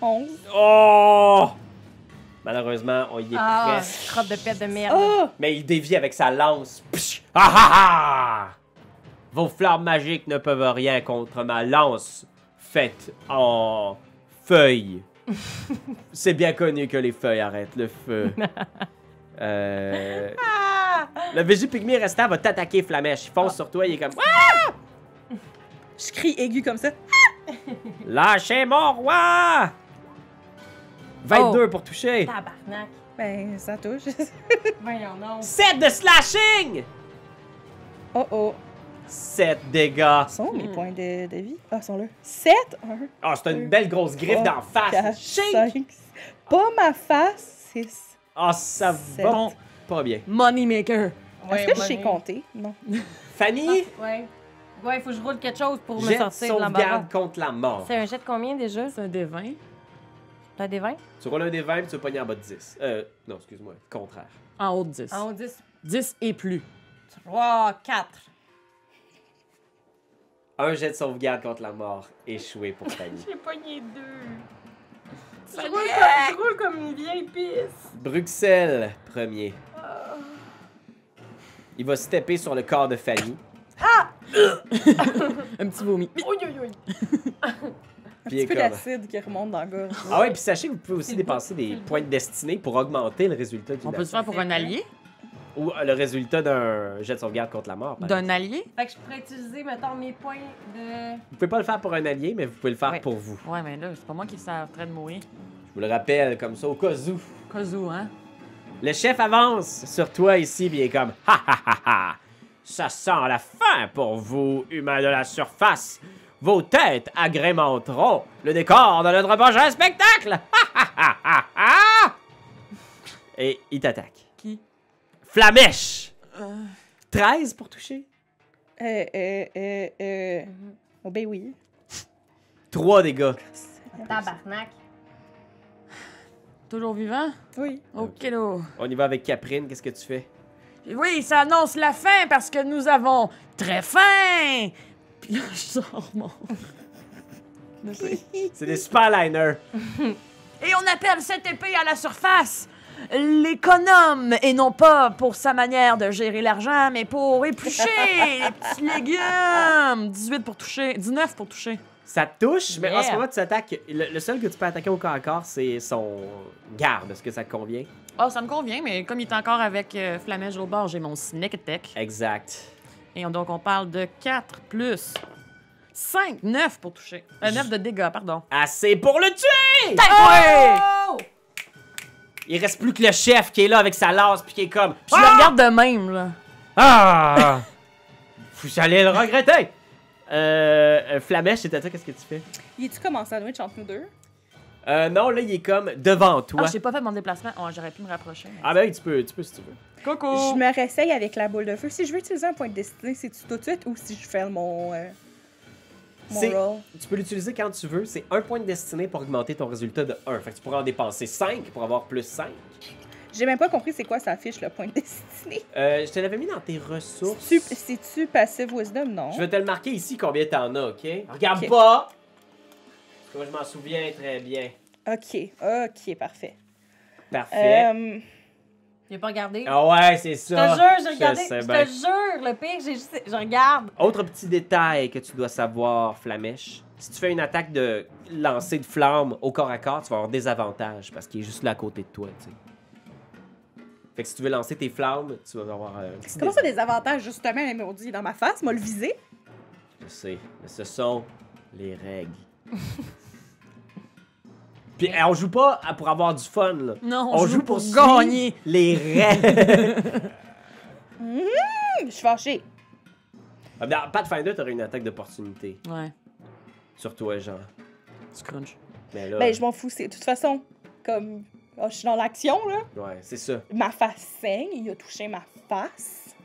Speaker 5: 11.
Speaker 2: Oh! Malheureusement, on y est
Speaker 4: Ah,
Speaker 2: presque.
Speaker 4: crotte de pète de merde.
Speaker 5: Ah!
Speaker 2: Mais il dévie avec sa lance. Psh! Ah ah ah! Vos flammes magiques ne peuvent rien contre ma lance faite en feuilles. C'est bien connu que les feuilles arrêtent le feu. Euh, Le VG Pygmy restant va t'attaquer, Flamèche. Il fonce sur toi, il est comme Ah!
Speaker 5: Je crie aigu comme ça.
Speaker 2: Lâchez mon roi! 22 pour toucher.
Speaker 4: Tabarnak.
Speaker 5: Ben, ça touche.
Speaker 4: Voyons non.
Speaker 2: 7 de slashing!
Speaker 5: oh oh.
Speaker 2: 7 dégâts.
Speaker 5: Sont mes points de, de vie? Ah, sont là. 7, 1,
Speaker 2: Ah, c'est une belle grosse griffe
Speaker 5: Trois,
Speaker 2: d'en face.
Speaker 5: 4,
Speaker 2: Shake!
Speaker 5: 5. Pas ma face, 6.
Speaker 2: Ah, ça
Speaker 5: Sept.
Speaker 2: va pas bien.
Speaker 3: Moneymaker.
Speaker 5: Est-ce que je sais compter? Non.
Speaker 2: Fanny,
Speaker 4: Ouais. Ouais, il faut que je roule quelque chose pour me
Speaker 2: jette
Speaker 4: sortir de l'embarras.
Speaker 2: sauvegarde contre la mort.
Speaker 4: C'est un jet de combien déjà?
Speaker 3: C'est un D20.
Speaker 4: T'as des 20?
Speaker 2: Tu roules un des 20 puis tu vas pogner en bas de 10. Euh, non, excuse-moi, contraire.
Speaker 3: En haut de 10.
Speaker 5: Ah,
Speaker 4: En haut 10.
Speaker 3: 10 et plus.
Speaker 4: 3, 4.
Speaker 2: Un jet de sauvegarde contre la mort échoué pour Fanny.
Speaker 4: J'ai pogné 2.
Speaker 6: Je roule, comme, je roule comme une vieille pisse.
Speaker 2: Bruxelles, premier. Il va stepper sur le corps de Fanny.
Speaker 3: Un petit vomi.
Speaker 5: Un petit
Speaker 2: Puis
Speaker 5: peu
Speaker 2: comme-
Speaker 5: d'acide qui remonte dans la gorge.
Speaker 2: Ah ouais, puis sachez que vous pouvez aussi dépenser des points de destinée pour augmenter le résultat d'une
Speaker 3: On peut le
Speaker 2: action.
Speaker 3: faire pour un allié?
Speaker 2: Ou euh, le résultat d'un jet de sauvegarde contre la mort. par exemple.
Speaker 3: D'un allié?
Speaker 4: Fait que je pourrais utiliser, mettons, mes points de.
Speaker 2: Vous pouvez pas le faire pour un allié, mais vous pouvez le faire
Speaker 3: Ouais.
Speaker 2: pour vous.
Speaker 3: Ouais, mais là, c'est pas moi qui suis en train de mourir.
Speaker 2: Je vous le rappelle comme ça au cas où.
Speaker 3: Kazoo, hein?
Speaker 2: Le chef avance sur toi ici, puis il est comme ha ha ha ha. Ça sent la fin pour vous, humains de la surface. Vos têtes agrémenteront le décor de notre prochain spectacle. Ha ha ha ha ha. Et il t'attaque.
Speaker 3: Qui?
Speaker 2: Flamèche. 13 Euh, pour toucher.
Speaker 5: Euh, euh, euh, euh. Oh, ben oui.
Speaker 2: 3 dégâts.
Speaker 4: Tabarnak.
Speaker 3: Toujours vivant?
Speaker 5: Oui.
Speaker 3: Ok, là.
Speaker 2: On y va avec Caprine, qu'est-ce que tu fais?
Speaker 3: Oui, ça annonce la fin parce que nous avons très faim! Puis là, je sors mon. Et
Speaker 2: C'est des super liners.
Speaker 3: on appelle cette épée à la surface l'économe, et non pas pour sa manière de gérer l'argent, mais pour éplucher les petits légumes! 18 pour toucher, 19 pour toucher.
Speaker 2: Ça te touche, mais en ce
Speaker 3: Yeah.
Speaker 2: moment, tu attaques. Le, le seul que tu peux attaquer au corps à corps, c'est son garde. Est-ce que ça te convient?
Speaker 3: Oh, ça me convient, mais comme il est encore avec euh, Flamèche au bord, j'ai mon sneak attack.
Speaker 2: Exact.
Speaker 3: Et on- donc, on parle de 4 plus 5, 9 pour toucher. Euh, 9 de dégâts, pardon. Ah!
Speaker 2: Assez pour le tuer! Il reste plus que le chef qui est là avec sa lance puis qui est comme.
Speaker 3: Je
Speaker 5: Ah!
Speaker 3: le regarde de même, là.
Speaker 2: Ah! Vous allez le regretter! Euh, euh, Flamèche, c'est à toi, qu'est-ce que tu fais?
Speaker 5: Y es-tu comme en sandwich entre nous deux?
Speaker 2: Euh, non, là, il est comme devant toi.
Speaker 3: Ah, j'ai pas fait mon déplacement. Oh, j'aurais pu me rapprocher. mais-
Speaker 2: Ah, ben oui, tu peux, tu peux si tu veux.
Speaker 5: Je
Speaker 2: Oh.
Speaker 3: Coco!
Speaker 5: me réessaye avec la boule de feu. Si je veux utiliser un point de destinée, c'est-tu tout de suite ou si je fais mon. euh, mon
Speaker 2: C'est-
Speaker 5: roll?
Speaker 2: Tu peux l'utiliser quand tu veux, c'est un point de destinée pour augmenter ton résultat de 1. Fait que tu pourras en dépenser 5 pour avoir plus 5.
Speaker 5: J'ai même pas compris c'est quoi ça affiche le point de destinée.
Speaker 2: Euh, je te l'avais mis dans tes ressources.
Speaker 5: Tu- C'est-tu passive wisdom? Non.
Speaker 2: Je vais te le marquer ici combien t'en as, ok? Regarde
Speaker 5: Ok.
Speaker 2: pas! Parce que moi, je m'en souviens très bien.
Speaker 5: Ok, ok, parfait.
Speaker 2: Parfait.
Speaker 5: Euh,
Speaker 4: J'ai pas regardé.
Speaker 2: Ah ouais, c'est
Speaker 4: Je
Speaker 2: ça.
Speaker 4: te jure, j'ai regardé.
Speaker 2: sais
Speaker 4: Je te
Speaker 2: bien.
Speaker 4: jure, le pire, j'ai juste. Je regarde.
Speaker 2: Autre petit détail que tu dois savoir, Flamèche. Si tu fais une attaque de lancer de flamme au corps à corps, tu vas avoir des avantages parce qu'il est juste là à côté de toi, tu sais. Fait que si tu veux lancer tes flammes, tu vas avoir un petit
Speaker 5: comment ça, des avantages, justement? Elle m'a dit dans ma face, m'a le visé.
Speaker 2: Je sais, mais ce sont les règles. Puis eh, on joue pas à- pour avoir du fun, là.
Speaker 3: Non,
Speaker 2: On, joue pour gagner les règles.
Speaker 5: Hum, je suis fâchée.
Speaker 2: Ah, ben, Pathfinder, t'aurais une attaque d'opportunité
Speaker 3: Ouais,
Speaker 2: sur toi, Jean.
Speaker 3: tu crunch.
Speaker 2: Mais là,
Speaker 5: Ben, je m'en fous. c'est- De toute façon, comme oh, je suis dans l'action, là,
Speaker 2: ouais, c'est ça.
Speaker 5: ma face saigne, il a touché ma face.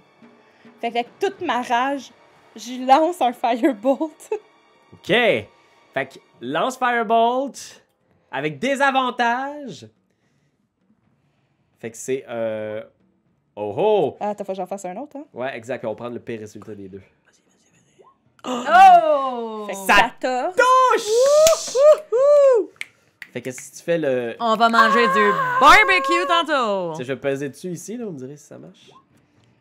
Speaker 5: Fait qu'avec toute ma rage, j'y lance un firebolt.
Speaker 2: OK. Fait que lance Firebolt avec des avantages. Fait que c'est... Euh... Oh oh!
Speaker 5: Ah, t'as pas que j'en fasse un autre, hein?
Speaker 2: Ouais, exact. On va prendre le pire résultat des deux.
Speaker 4: Oh!
Speaker 5: Oh. Fait que
Speaker 2: Ça
Speaker 5: 14.
Speaker 2: Touche! Fait que si tu fais le.
Speaker 4: Oh.
Speaker 3: On va manger du barbecue tantôt.
Speaker 2: Tu sais, je vais peser dessus ici, là, vous me direz si ça marche.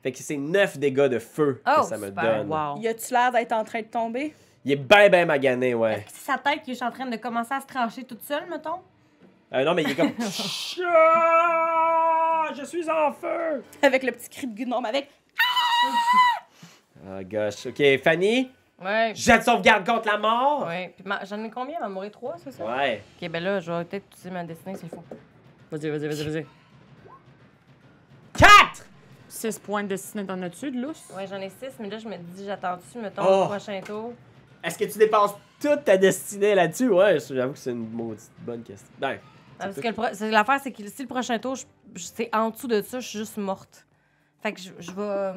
Speaker 2: Fait que c'est 9 dégâts de feu
Speaker 4: Oh,
Speaker 2: que ça me
Speaker 4: super.
Speaker 2: donne.
Speaker 3: Wow.
Speaker 5: Y a-tu l'air d'être en train de tomber?
Speaker 2: Il est ben ben magané, ouais.
Speaker 4: C'est sa tête qui est en train de commencer à se trancher toute seule, mettons.
Speaker 2: Euh, non, mais il est comme. Ah, je suis en feu!
Speaker 5: Avec le petit cri de gnome, avec.
Speaker 2: Oh gosh. Ok, Fanny,
Speaker 4: Ouais.
Speaker 2: jet de sauvegarde contre la mort!
Speaker 4: Ouais. Puis ma- j'en ai combien? M'en mourir trois, c'est ça?
Speaker 2: Ouais.
Speaker 4: Ok, ben là, je vais peut-être utiliser ma destinée, c'est fou.
Speaker 3: Vas-y, vas-y, vas-y, vas-y.
Speaker 2: 4!
Speaker 3: 6 points de destinée, t'en as-tu de lousse?
Speaker 4: Ouais, j'en ai six, mais là, je me dis, j'attends-tu, mettons,
Speaker 2: Oh.
Speaker 4: le prochain tour?
Speaker 2: Est-ce que tu dépenses toute ta destinée là-dessus? Ouais, j'avoue que c'est une maudite bonne question. Ben,
Speaker 4: Ah, Parce que le pro- c'est- l'affaire, c'est que si le prochain tour, je- je- c'est en dessous de ça, je suis juste morte. Fait que je, je vais.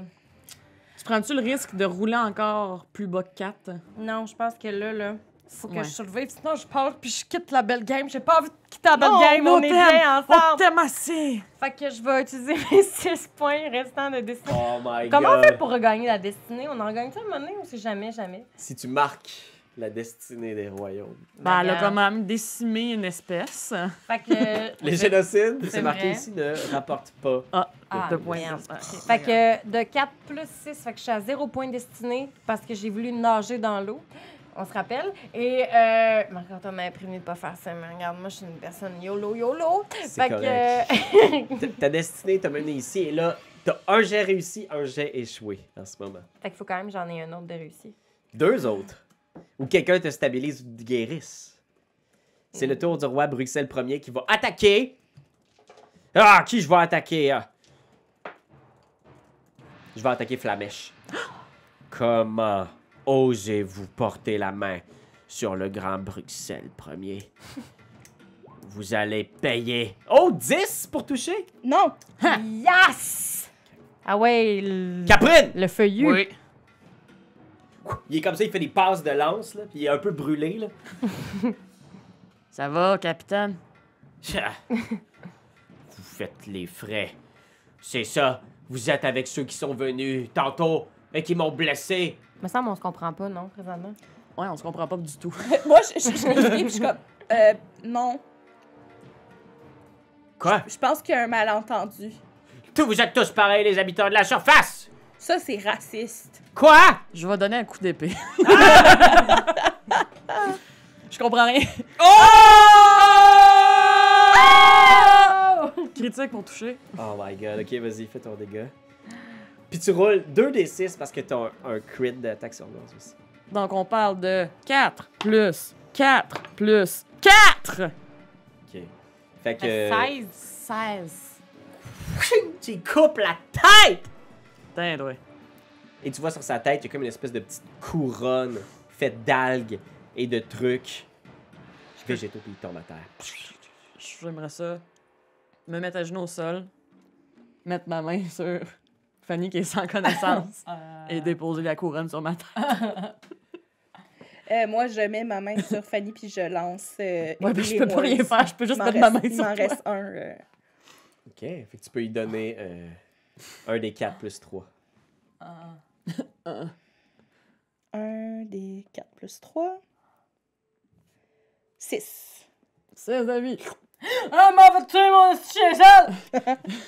Speaker 3: Tu prends-tu le risque de rouler encore plus bas que 4?
Speaker 4: Non, je pense que là, là, faut que
Speaker 3: Ouais.
Speaker 4: je survive. Sinon, je pars puis je quitte la belle game. J'ai pas envie de quitter la belle
Speaker 3: Non,
Speaker 4: game.
Speaker 3: on
Speaker 4: On est bien
Speaker 3: On
Speaker 4: ensemble.
Speaker 3: t'aime assez!
Speaker 4: Fait que je vais utiliser mes 6 points restants de destinée.
Speaker 2: oh my
Speaker 4: Comment on
Speaker 2: god.
Speaker 4: fait pour regagner la destinée? On en regagne ça à un moment donné ou c'est jamais, jamais?
Speaker 2: Si tu marques la destinée des royaumes.
Speaker 3: Ben, elle a
Speaker 4: Regarde.
Speaker 3: quand même décimé une espèce.
Speaker 4: Fait que. euh,
Speaker 2: Les génocides, c'est
Speaker 6: c'est
Speaker 2: marqué
Speaker 6: vrai.
Speaker 2: ici, ne rapporte pas.
Speaker 4: Ah,
Speaker 3: de points.
Speaker 4: merde.
Speaker 3: Ah,
Speaker 4: Fait que de 4 plus 6, fait que je suis à 0 point de destinée parce que j'ai voulu nager dans l'eau. On se rappelle. Et euh, Marc-Antoine m'avait prévenu de pas faire ça, mais regarde, moi, je suis une personne YOLO YOLO.
Speaker 2: C'est
Speaker 4: Fait que.
Speaker 2: correct.
Speaker 4: euh,
Speaker 2: Ta- Ta destinée t'a mené ici et là, t'as un jet réussi, un jet échoué en ce moment.
Speaker 4: fait qu'il faut quand même, j'en ai un autre de réussi.
Speaker 2: Deux autres. Ou quelqu'un te stabilise ou te guérisse. C'est le tour du roi Bruxelles 1er qui va attaquer. Ah, qui je vais attaquer? ah? Je vais attaquer Flamèche. Comment osez-vous porter la main sur le grand Bruxelles 1er? Vous allez payer. Oh, 10 pour toucher?
Speaker 5: Non!
Speaker 4: Yes! Ah ouais, le,
Speaker 2: Caprine!
Speaker 4: le feuillu.
Speaker 3: Oui.
Speaker 2: Il est comme ça, il fait des passes de lance, là, puis il est un peu brûlé. Là.
Speaker 3: Ça va, capitaine?
Speaker 2: Tcha. vous faites les frais. C'est ça, vous êtes avec ceux qui sont venus tantôt et qui m'ont blessé.
Speaker 4: Me semble, on se comprend pas, non, présentement?
Speaker 3: Ouais, on se comprend pas du tout.
Speaker 5: Moi, je je- je l'ai pris, puis je suis comme. Euh, non.
Speaker 2: Quoi?
Speaker 5: Je pense qu'il y a un malentendu.
Speaker 2: Tous, vous êtes tous pareils, les habitants de la surface!
Speaker 5: Ça, c'est raciste.
Speaker 2: Quoi?
Speaker 3: Je vais donner un coup d'épée. je comprends rien. Critique pour toucher.
Speaker 2: Oh my god, ok, vas-y, fais ton dégât. Puis tu roules 2 des 6 parce que t'as un, un crit d'attaque sur l'os aussi.
Speaker 3: Donc, on parle de 4 plus 4 plus 4!
Speaker 2: Ok. Fait que.
Speaker 5: Ben,
Speaker 10: 16.
Speaker 3: 16.
Speaker 4: Euh,
Speaker 2: Tu lui coupes la tête!
Speaker 3: Putain, ouais.
Speaker 2: Et tu vois sur sa tête, il y a comme une espèce de petite couronne faite d'algues et de trucs. Je végétaux, puis il tombe à terre.
Speaker 3: J'aimerais ça. Me mettre à genoux au sol. Mettre ma main sur Fanny qui est sans connaissance. et déposer la couronne sur ma tête.
Speaker 5: Euh, moi, je mets ma main sur Fanny puis je lance. Euh,
Speaker 3: Ouais, ben, je peux pas
Speaker 5: Aidez-moi.
Speaker 3: rien faire. Je peux
Speaker 5: Il
Speaker 3: juste
Speaker 5: m'en
Speaker 3: mettre ma main
Speaker 5: reste-
Speaker 3: sur
Speaker 5: Il m'en
Speaker 3: toi.
Speaker 5: reste un. euh,
Speaker 2: Ok, fait que tu peux lui donner euh, un des 4 plus 3.
Speaker 5: un des 4 plus 3. 6.
Speaker 3: C'est amis.
Speaker 6: Ah, m'en va tuer mon chien sale!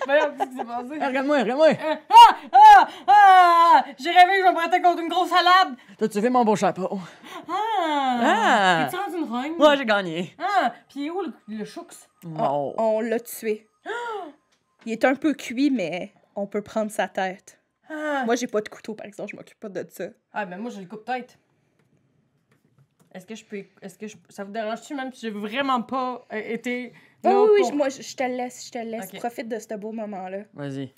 Speaker 6: Merde, qu'est-ce qui s'est passé?
Speaker 3: Hey, Eh, regarde-moi, regarde-moi.
Speaker 6: Ah! Ah! J'ai rêvé que je me battais contre une grosse salade!
Speaker 3: T'as-tu vu mon beau chapeau?
Speaker 6: Ah!
Speaker 3: Ah!
Speaker 6: T'es-tu rendu une
Speaker 5: Mm.
Speaker 6: rogne?
Speaker 3: Moi, j'ai gagné.
Speaker 6: Ah! Puis où le, le choux?
Speaker 5: Ah.
Speaker 3: Bon.
Speaker 5: On l'a tué. Il est un peu cuit, mais on peut prendre sa tête.
Speaker 6: Ah!
Speaker 5: Moi, j'ai pas de couteau, par exemple. Je m'occupe pas de ça.
Speaker 6: Ah, ben moi, je le coupe tête.
Speaker 4: Est-ce que je peux. Est-ce que je. Ça vous dérange?
Speaker 6: Dérange-tu, même si j'ai vraiment pas euh, été.
Speaker 5: Oui, oui, Ah
Speaker 6: là
Speaker 5: Oh oui,
Speaker 6: pour-
Speaker 5: je- moi, je, je te laisse, je te laisse.
Speaker 6: Ok.
Speaker 5: Profite de ce beau moment-là.
Speaker 3: Vas-y.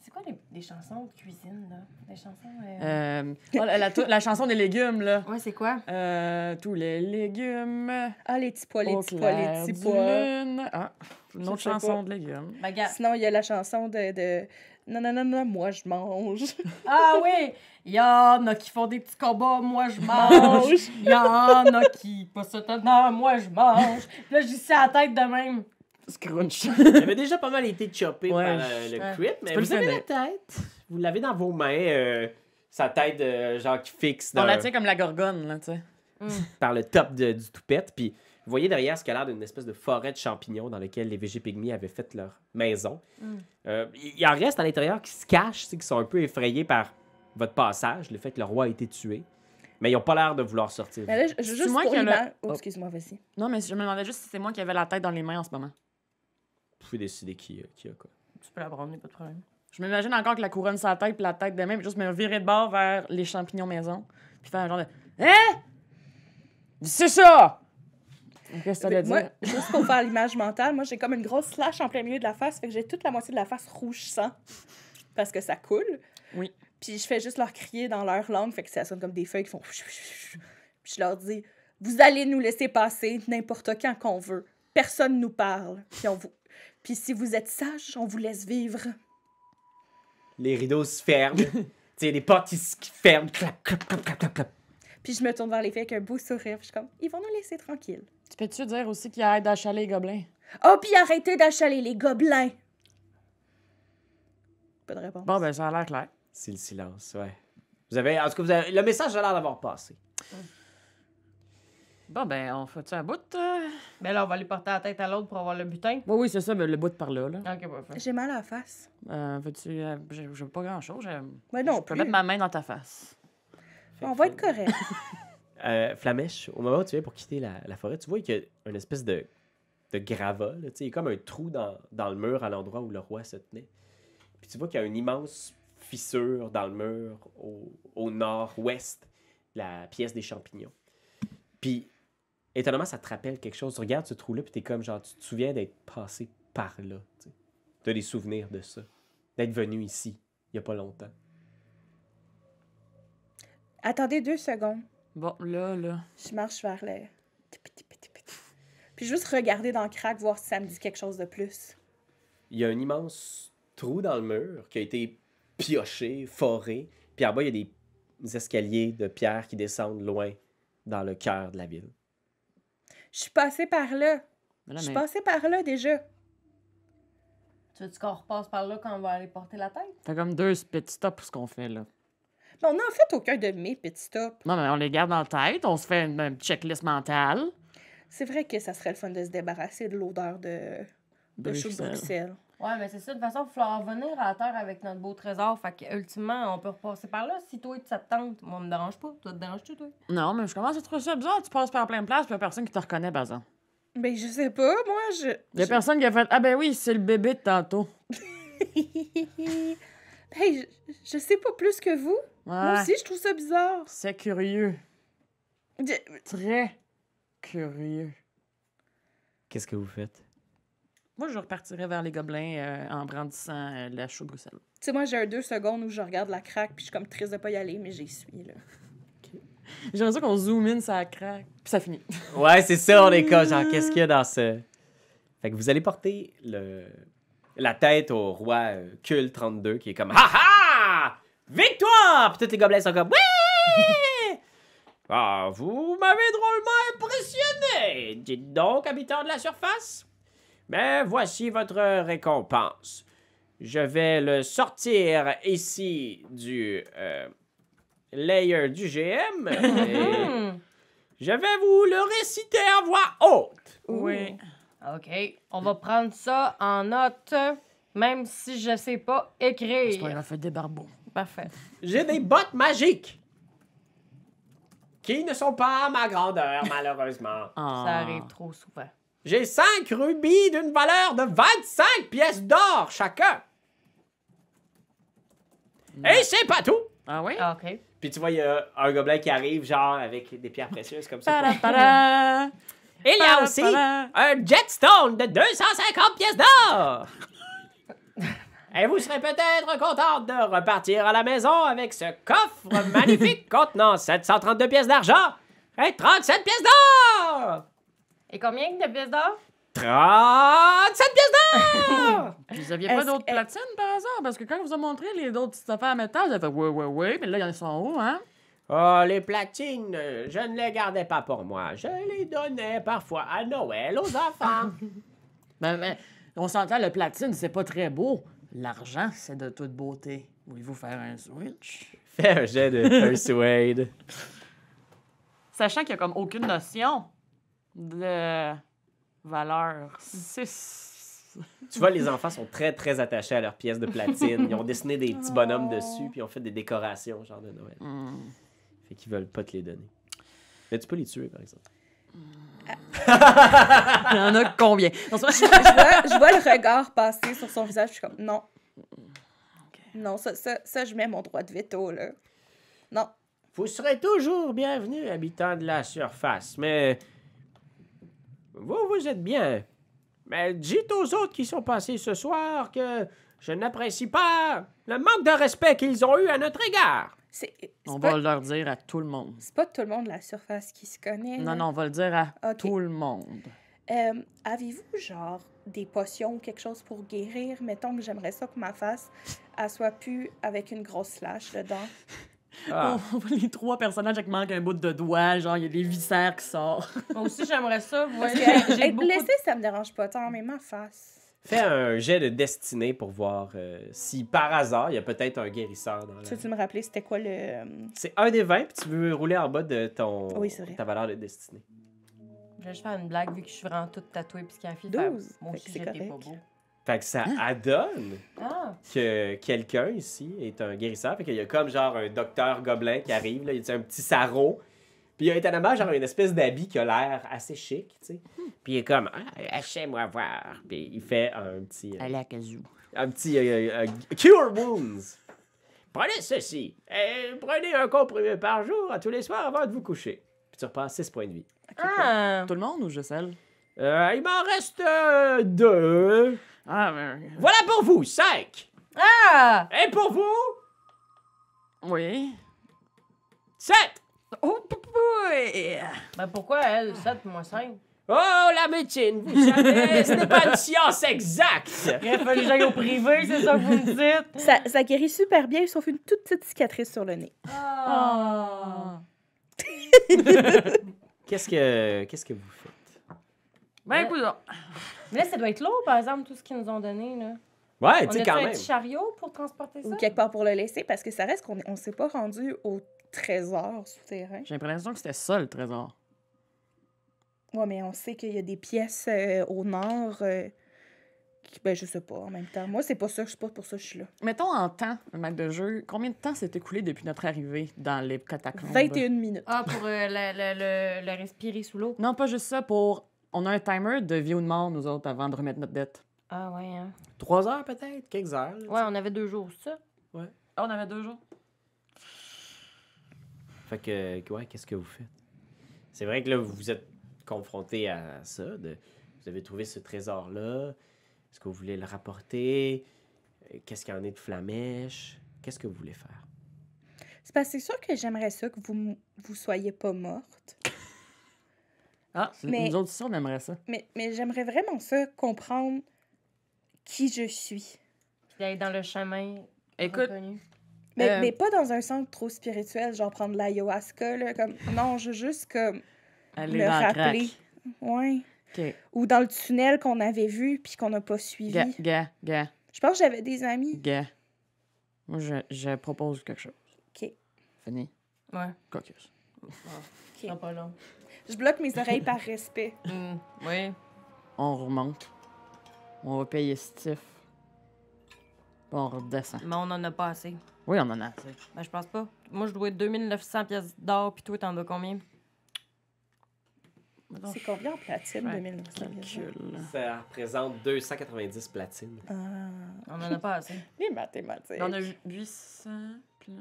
Speaker 4: C'est quoi les, les chansons de cuisine, là? Des chansons.
Speaker 5: Ah.
Speaker 4: euh,
Speaker 3: Euh, oh, la, la, tou- la chanson des légumes, là.
Speaker 6: Ouais, c'est quoi?
Speaker 3: Euh, tous les légumes.
Speaker 5: Ah, les petits pois, les
Speaker 3: au
Speaker 5: petits pois, les
Speaker 3: clair
Speaker 5: petits
Speaker 3: du
Speaker 5: pois.
Speaker 3: lune. Ah, une
Speaker 5: Je
Speaker 3: autre
Speaker 5: sais pas.
Speaker 3: chanson de légumes.
Speaker 6: Ben, gars.
Speaker 5: Sinon, il y a la chanson de, de... Non, non, non, non, moi, je mange.
Speaker 6: Ah oui! Y'en a qui font des petits combats, moi je
Speaker 3: Ah
Speaker 6: mange. Y'en a qui pas se tenant, moi je mange. Puis là, j'y suis à la tête de même.
Speaker 3: Scrunch.
Speaker 2: Il avait déjà pas mal été choppé
Speaker 3: Ouais,
Speaker 2: par euh,
Speaker 3: je-
Speaker 2: le
Speaker 6: ouais.
Speaker 2: crit, mais
Speaker 3: peux le
Speaker 2: vous avez la
Speaker 3: finir.
Speaker 2: tête. Vous l'avez dans vos mains, euh, sa tête, euh, genre, qui fixe dans...
Speaker 3: On la tient comme la gorgone, là, tu sais.
Speaker 11: Mm.
Speaker 2: par le top de- du toupette. Puis vous voyez derrière ce qui a l'air d'une espèce de forêt de champignons dans laquelle les VG Pygmies avaient fait leur maison.
Speaker 11: Mm.
Speaker 2: Euh, il en reste à l'intérieur qui se cachent, tu sais, qui sont un peu effrayés par votre passage, le fait que le roi a été tué. Mais ils n'ont pas l'air de vouloir sortir.
Speaker 5: Mais là, je- je- juste
Speaker 3: moi
Speaker 5: pour
Speaker 3: qui a le-
Speaker 5: l'image. Oh,
Speaker 3: Oh.
Speaker 5: excuse-moi, vas-y.
Speaker 3: Non, mais je me demandais juste si c'est moi qui avais la tête dans les mains en ce moment.
Speaker 2: Vous pouvez décider qui, euh, qui a quoi.
Speaker 4: Tu peux la prendre, y a pas de problème.
Speaker 3: Je m'imagine encore que la couronne sur la tête puis la tête de même, juste me virer de bord vers les champignons maison, puis faire un genre de Hein? C'est ça! Qu'est-ce que ça veut
Speaker 5: Moi,
Speaker 3: dire?
Speaker 5: juste pour faire l'image mentale, moi, j'ai comme une grosse lâche en plein milieu de la face, fait que j'ai toute la moitié de la face rouge sang parce que ça coule.
Speaker 3: Oui.
Speaker 5: Puis je fais juste leur crier dans leur langue, fait que ça sonne comme des feuilles qui font... Puis je leur dis, vous allez nous laisser passer n'importe quand qu'on veut. Personne nous parle. Puis, on vous... Puis si vous êtes sages, on vous laisse vivre.
Speaker 2: Les rideaux se ferment. Tu sais, les portes qui se qui ferment. Clac, clac, clac, clac, clac, clac.
Speaker 5: Puis je me tourne vers les filles avec un beau sourire. puis je suis comme, ils vont nous laisser tranquilles.
Speaker 3: Tu peux-tu dire aussi qu'il aide à chaler les gobelins?
Speaker 5: Oh, puis arrêtez d'achaler les gobelins! Pas de réponse.
Speaker 3: Bon, ben, ça a l'air clair.
Speaker 2: C'est le silence, ouais. Vous avez, en tout cas, vous avez- le message a l'air d'avoir passé.
Speaker 3: Bon, ben, on fait-tu un bout? euh?
Speaker 4: Ben là, on va lui porter la tête à l'autre pour avoir le butin.
Speaker 3: Oui, oui, c'est ça, ben, le bout de par là. là.
Speaker 4: Ok, parfait.
Speaker 5: J'ai mal à la face.
Speaker 3: Euh, veux-tu. euh, j'ai, j'ai pas grand-chose. j'ai-
Speaker 5: Mais Ah non,
Speaker 3: je peux
Speaker 5: plus.
Speaker 3: mettre ma main dans ta face.
Speaker 5: on va être correct.
Speaker 2: Euh, Flamèche, au moment où tu viens pour quitter la, la forêt, tu vois qu'il y a une espèce de, de gravat, là, tu sais, il y a comme un trou dans, dans le mur à l'endroit où le roi se tenait. Puis tu vois qu'il y a une immense fissure dans le mur au, au nord-ouest de la pièce des champignons. Puis, étonnamment, ça te rappelle quelque chose. Tu regardes ce trou-là, puis t'es comme genre, tu te souviens d'être passé par là. Tu as des souvenirs de ça. D'être venu ici, il n'y a pas longtemps.
Speaker 5: Attendez deux secondes.
Speaker 3: Bon, là, là.
Speaker 5: Je marche vers le... Puis juste regarder dans le crack, voir si ça me dit quelque chose de plus.
Speaker 2: il y a un immense trou dans le mur qui a été pioché, foré. Puis en bas, il y a des- des escaliers de pierre qui descendent loin dans le cœur de la ville.
Speaker 5: Je suis passée par là.
Speaker 3: Mais
Speaker 5: Je
Speaker 3: là,
Speaker 5: suis
Speaker 3: mais-
Speaker 5: passée par là déjà.
Speaker 4: Tu veux-tu qu'on repasse par là quand on va aller porter la tête?
Speaker 3: Fait comme deux petits stops pour ce qu'on fait, là.
Speaker 5: Mais on n'a en fait aucun de mes petits stops.
Speaker 3: Non, mais on les garde en tête, on se fait une, une checklist mentale.
Speaker 5: C'est vrai que ça serait le fun de se débarrasser de l'odeur de... de chou de
Speaker 3: Bruxelles.
Speaker 5: Bruxelles.
Speaker 4: Ouais, mais c'est ça. De toute façon, il va falloir revenir à terre avec notre beau trésor. Fait que, ultimement, on peut repasser par là. Si toi, ça te tente, moi, on me dérange pas. Toi, te déranges-tu, toi?
Speaker 3: Non, mais je commence à trouver ça bizarre. Tu passes par plein de places, puis y a personne qui te reconnaît, Bazan.
Speaker 5: Ben, je sais pas, moi, je...
Speaker 3: Il y a personne qui a fait Ah, ben oui, c'est le bébé de tantôt.
Speaker 5: ben, je, je sais pas plus que vous. Moi
Speaker 3: Ouais.
Speaker 5: aussi, je trouve ça bizarre.
Speaker 3: C'est curieux.
Speaker 5: Je-
Speaker 3: Très curieux.
Speaker 2: Qu'est-ce que vous faites?
Speaker 3: Moi, je repartirais vers les gobelins euh, en brandissant euh, la chou Bruxelles.
Speaker 5: Tu sais, moi, j'ai un deux secondes où je regarde la craque, puis je suis comme triste de pas y aller, mais j'y suis, là.
Speaker 3: J'ai l'impression qu'on zoom in, ça craque, puis ça finit.
Speaker 2: Ouais, c'est ça, on est comme genre, qu'est-ce qu'il y a dans ce. Fait que vous allez porter le... la tête au roi euh, Kul 32 qui est comme Ha ha! Victoire! Puis tous les gobelins sont comme Oui! Ah, vous m'avez drôlement impressionné! Dites donc, habitants de la surface! Mais voici votre récompense. Je vais le sortir ici du euh, layer du GM. et-
Speaker 4: Hmm.
Speaker 2: je vais vous le réciter à voix haute.
Speaker 3: Oui.
Speaker 4: OK. On va prendre ça en note, même si je sais pas
Speaker 3: C'est pas
Speaker 4: écrire.
Speaker 3: grave, fait des barbeaux.
Speaker 4: Parfait.
Speaker 2: J'ai des bottes magiques qui ne sont pas à ma grandeur, malheureusement.
Speaker 3: Ah.
Speaker 4: Ça arrive trop souvent.
Speaker 2: J'ai cinq rubis d'une valeur de 25 pièces d'or chacun. Et c'est pas tout.
Speaker 3: Ah oui?
Speaker 4: Ah, OK.
Speaker 2: Puis tu vois, il y a un gobelin qui arrive, genre, avec des pierres précieuses comme ça.
Speaker 3: Ta-da-ta-da!
Speaker 2: Il y
Speaker 3: Ta-da-ta-da!
Speaker 2: a aussi un jetstone de 250 pièces d'or. Et vous serez peut-être contente de repartir à la maison avec ce coffre magnifique contenant 732 pièces d'argent et 37 pièces d'or.
Speaker 4: Et combien de pièces d'or?
Speaker 2: 37 pièces
Speaker 4: Ah!
Speaker 2: d'or!
Speaker 3: Vous aviez pas
Speaker 5: Est-ce-
Speaker 3: d'autres
Speaker 5: est-
Speaker 3: platines par hasard? Parce que quand on vous a montré les autres petites affaires à métal, vous avez fait oui, oui, oui, mais là, il y en a qui sont en haut, hein?
Speaker 2: Oh, les platines, euh, je ne les gardais pas pour moi. Je les donnais parfois à Noël aux enfants.
Speaker 3: Ben, ben, on s'entend, le platine, c'est pas très beau. L'argent, c'est de toute beauté. Voulez-vous faire un switch?
Speaker 2: Fais un jet de Persuade.
Speaker 3: Sachant qu'il n'y a comme aucune notion de valeur. 6.
Speaker 2: Tu vois, les enfants sont très, très attachés à leurs pièces de platine. Ils ont dessiné des petits bonhommes dessus, puis ils ont fait des décorations, genre de Noël.
Speaker 3: Hmm.
Speaker 2: Fait qu'ils veulent pas te les donner. Mais tu peux les tuer, par exemple.
Speaker 3: Il y en a combien?
Speaker 5: je, vois, je vois le regard passer sur son visage. Je suis comme, non. Non, ça, ça, ça, je mets mon droit de veto, là. Non.
Speaker 2: Vous serez toujours bienvenus, habitants de la surface, mais. Vous, vous êtes bien. Mais dites aux autres qui sont passés ce soir que je n'apprécie pas le manque de respect qu'ils ont eu à notre égard.
Speaker 5: C'est c'est
Speaker 3: On
Speaker 5: pas,
Speaker 3: va leur dire à tout le monde.
Speaker 5: c'est pas tout le monde de la surface qui se connaît. là.
Speaker 3: Non, non, on va le dire à
Speaker 5: Ok.
Speaker 3: tout le monde.
Speaker 5: Euh, Avez-vous, genre, des potions ou quelque chose pour guérir? Mettons que j'aimerais ça que ma face, elle soit plus avec une grosse lâche dedans.
Speaker 2: Ah,
Speaker 3: On voit les trois personnages qui manquent un bout de doigt, genre il y a des viscères qui sortent.
Speaker 6: Moi aussi, j'aimerais ça. Vous voyez, j'ai
Speaker 5: Être
Speaker 6: beaucoup de-
Speaker 5: blessée, ça me dérange pas tant, mais ma face.
Speaker 2: Fais un jet de destinée pour voir euh, si par hasard il y a peut-être un guérisseur dans la...
Speaker 5: Tu veux me rappeler c'était quoi le. euh,
Speaker 2: C'est un des 20, puis tu veux rouler en bas de ton
Speaker 5: Oui, c'est vrai.
Speaker 2: ta valeur de destinée.
Speaker 4: Je vais juste faire une blague vu que je suis vraiment toute tatouée puis qu'il y a un fil.
Speaker 5: 12.
Speaker 4: Moi
Speaker 5: Fait
Speaker 4: aussi,
Speaker 5: que c'est
Speaker 4: j'étais pas
Speaker 5: correct.
Speaker 4: beau.
Speaker 2: Fait que ça adonne
Speaker 4: Ah!
Speaker 2: que quelqu'un ici est un guérisseur. Fait qu'il y a comme genre un docteur gobelin qui arrive, là, il a un petit sarrau. Puis il y a étonnamment genre une espèce d'habit qui a l'air assez chic, tu sais. Puis il est comme, ah, lâchez-moi voir. Puis il fait un petit. euh,
Speaker 12: la casou.
Speaker 2: un petit euh, euh, euh, Cure Wounds. Prenez ceci. Et prenez un comprimé par jour à tous les soirs avant de vous coucher. Puis tu repars 6 points de vie.
Speaker 4: Ah!
Speaker 3: Tout le monde ou je celle?
Speaker 2: Euh, il m'en reste euh, deux.
Speaker 3: Ah, ben,
Speaker 2: Voilà pour vous, 5.
Speaker 4: Ah!
Speaker 2: Et pour vous,
Speaker 3: oui.
Speaker 2: 7.
Speaker 3: Oh, oui.
Speaker 6: Ben pourquoi elle, 7 moins 5?
Speaker 2: Oh, la médecine, vous savez, ce n'est pas une science exacte.
Speaker 6: Il a fallu que j'aille au privé, c'est ça que vous me dites?
Speaker 5: Ça, ça guérit super bien, sauf une toute petite cicatrice sur le nez.
Speaker 6: Ah.
Speaker 2: Qu'est-ce que, qu'est-ce que vous faites?
Speaker 3: Ben, écoute,
Speaker 4: Mais là, ça doit être lourd, par exemple, tout ce qu'ils nous ont donné. Là. On
Speaker 2: Ouais, tu sais,
Speaker 4: a-tu
Speaker 2: quand
Speaker 4: un
Speaker 2: même.
Speaker 4: petit chariot pour transporter ça?
Speaker 5: Ou quelque part pour le laisser, parce que ça reste qu'on on s'est pas rendu au trésor souterrain.
Speaker 3: j'ai l'impression que c'était ça le trésor.
Speaker 5: Ouais, mais on sait qu'il y a des pièces euh, au nord. euh, qui- ben, je sais pas en même temps. Moi, c'est pas ça, je sais pas pour ça que je suis là.
Speaker 3: Mettons en temps, le maître de jeu, combien de temps s'est écoulé depuis notre arrivée dans les catacombes?
Speaker 5: 21 minutes.
Speaker 4: Ah, pour euh, le, le- le- le respirer sous l'eau.
Speaker 3: Non, pas juste ça, pour. On a un timer de vie ou de mort, nous autres, avant de remettre notre dette.
Speaker 4: Ah, ouais, hein.
Speaker 2: 3 heures peut-être, quelques heures. là,
Speaker 4: Ouais, on avait deux jours, c'est ça.
Speaker 3: Ah, On avait deux jours.
Speaker 2: Fait que, ouais, qu'est-ce que vous faites? C'est vrai que là, vous vous êtes confronté à ça. de- vous avez trouvé ce trésor-là. Est-ce que vous voulez le rapporter? Euh, Qu'est-ce qu'il y en est de flamèche? Qu'est-ce que vous voulez faire?
Speaker 5: C'est parce que c'est sûr que j'aimerais ça que vous, m- vous soyez pas morte.
Speaker 3: Ah,
Speaker 5: Mais-
Speaker 3: nous autres, aussi, on aimerait ça.
Speaker 5: Mais, mais j'aimerais vraiment ça comprendre qui je suis.
Speaker 4: Puis d'aller dans le chemin.
Speaker 12: Écoute,
Speaker 4: reconnu.
Speaker 5: Mais,
Speaker 12: Euh.
Speaker 5: mais pas dans un sens trop spirituel, genre prendre l'ayahuasca, là, comme... Non, je veux juste comme...
Speaker 3: Aller dans
Speaker 5: Le
Speaker 3: le crack.
Speaker 5: rappeler. Ouais.
Speaker 3: OK.
Speaker 5: Ou dans le tunnel qu'on avait vu puis qu'on n'a pas suivi.
Speaker 3: Gars, gars, gars,
Speaker 5: Je pense que j'avais des amis.
Speaker 3: gars. Moi, je, je propose quelque chose.
Speaker 5: OK.
Speaker 3: Fanny,
Speaker 4: Ouais,
Speaker 3: caucus.
Speaker 4: c'est pas long.
Speaker 5: Je bloque mes oreilles par respect.
Speaker 6: Hmm, Oui.
Speaker 3: On remonte. On va payer Stiff. Puis on redescend.
Speaker 4: Mais on en a pas assez.
Speaker 3: Oui, on en a assez.
Speaker 4: Ben, je pense pas. Moi, je dois 2900 pièces d'or, puis toi, t'en dois combien?
Speaker 5: C'est combien en platine,
Speaker 3: Ouais.
Speaker 5: 2900
Speaker 3: Calcul.
Speaker 2: Ça représente 290 platines.
Speaker 5: Ah,
Speaker 4: On en a pas assez.
Speaker 5: les mathématiques.
Speaker 12: On a 800 plus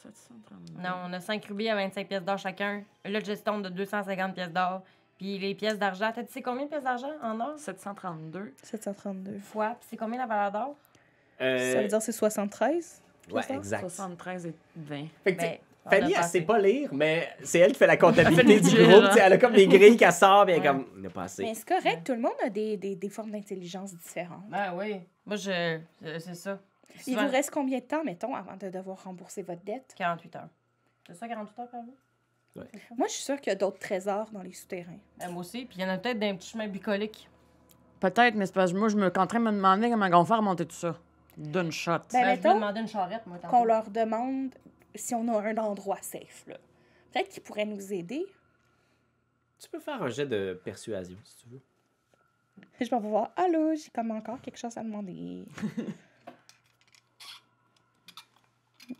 Speaker 12: 730.
Speaker 4: Non, on a 5 rubis à 25 pièces d'or chacun. Là, je tombe de 250 pièces d'or. Puis les pièces d'argent, t'as dit c'est combien de pièces d'argent en or?
Speaker 12: 732.
Speaker 5: 732.
Speaker 4: Fois, puis c'est combien la valeur d'or?
Speaker 2: Euh,
Speaker 5: Ça veut dire hein? que c'est 73?
Speaker 2: ouais,
Speaker 5: ça?
Speaker 2: exact.
Speaker 12: 73 et 20.
Speaker 2: Fait que, tu sais,
Speaker 4: Ben, on a
Speaker 2: Fanny,
Speaker 4: pas
Speaker 2: elle
Speaker 4: assez.
Speaker 2: sait pas lire, mais c'est elle qui fait la comptabilité du
Speaker 12: budget,
Speaker 2: groupe.
Speaker 12: genre.
Speaker 2: tu sais, Elle a comme des grilles qu'elle sort, mais elle est comme, on n'a pas assez.
Speaker 5: Mais c'est correct, tout le monde a des, des, des formes d'intelligence différentes.
Speaker 6: Ben oui.
Speaker 4: Moi, je. je- C'est ça.
Speaker 5: Ah Il
Speaker 4: Souvent,
Speaker 5: vous reste combien de temps, mettons, avant de devoir rembourser votre dette?
Speaker 4: 48 heures. C'est ça, 48 heures, par
Speaker 5: Moi, je suis sûre qu'il y a d'autres trésors dans les souterrains.
Speaker 4: Ben, moi aussi. Puis il y en a peut-être d'un petit chemin bucolique.
Speaker 3: Peut-être, mais c'est parce que moi, je me suis en train de me demander comment on va faire remonter tout ça. D'une shot.
Speaker 5: Ben,
Speaker 4: Ben, je vais
Speaker 5: mettons
Speaker 4: demander une charrette, moi, tantôt.
Speaker 5: qu'on leur demande si on a un endroit safe, là. Peut-être qu'il pourrait nous aider.
Speaker 2: Tu peux faire un jet de persuasion si tu veux.
Speaker 5: Je vais voir. Allô, j'ai comme encore quelque chose à demander.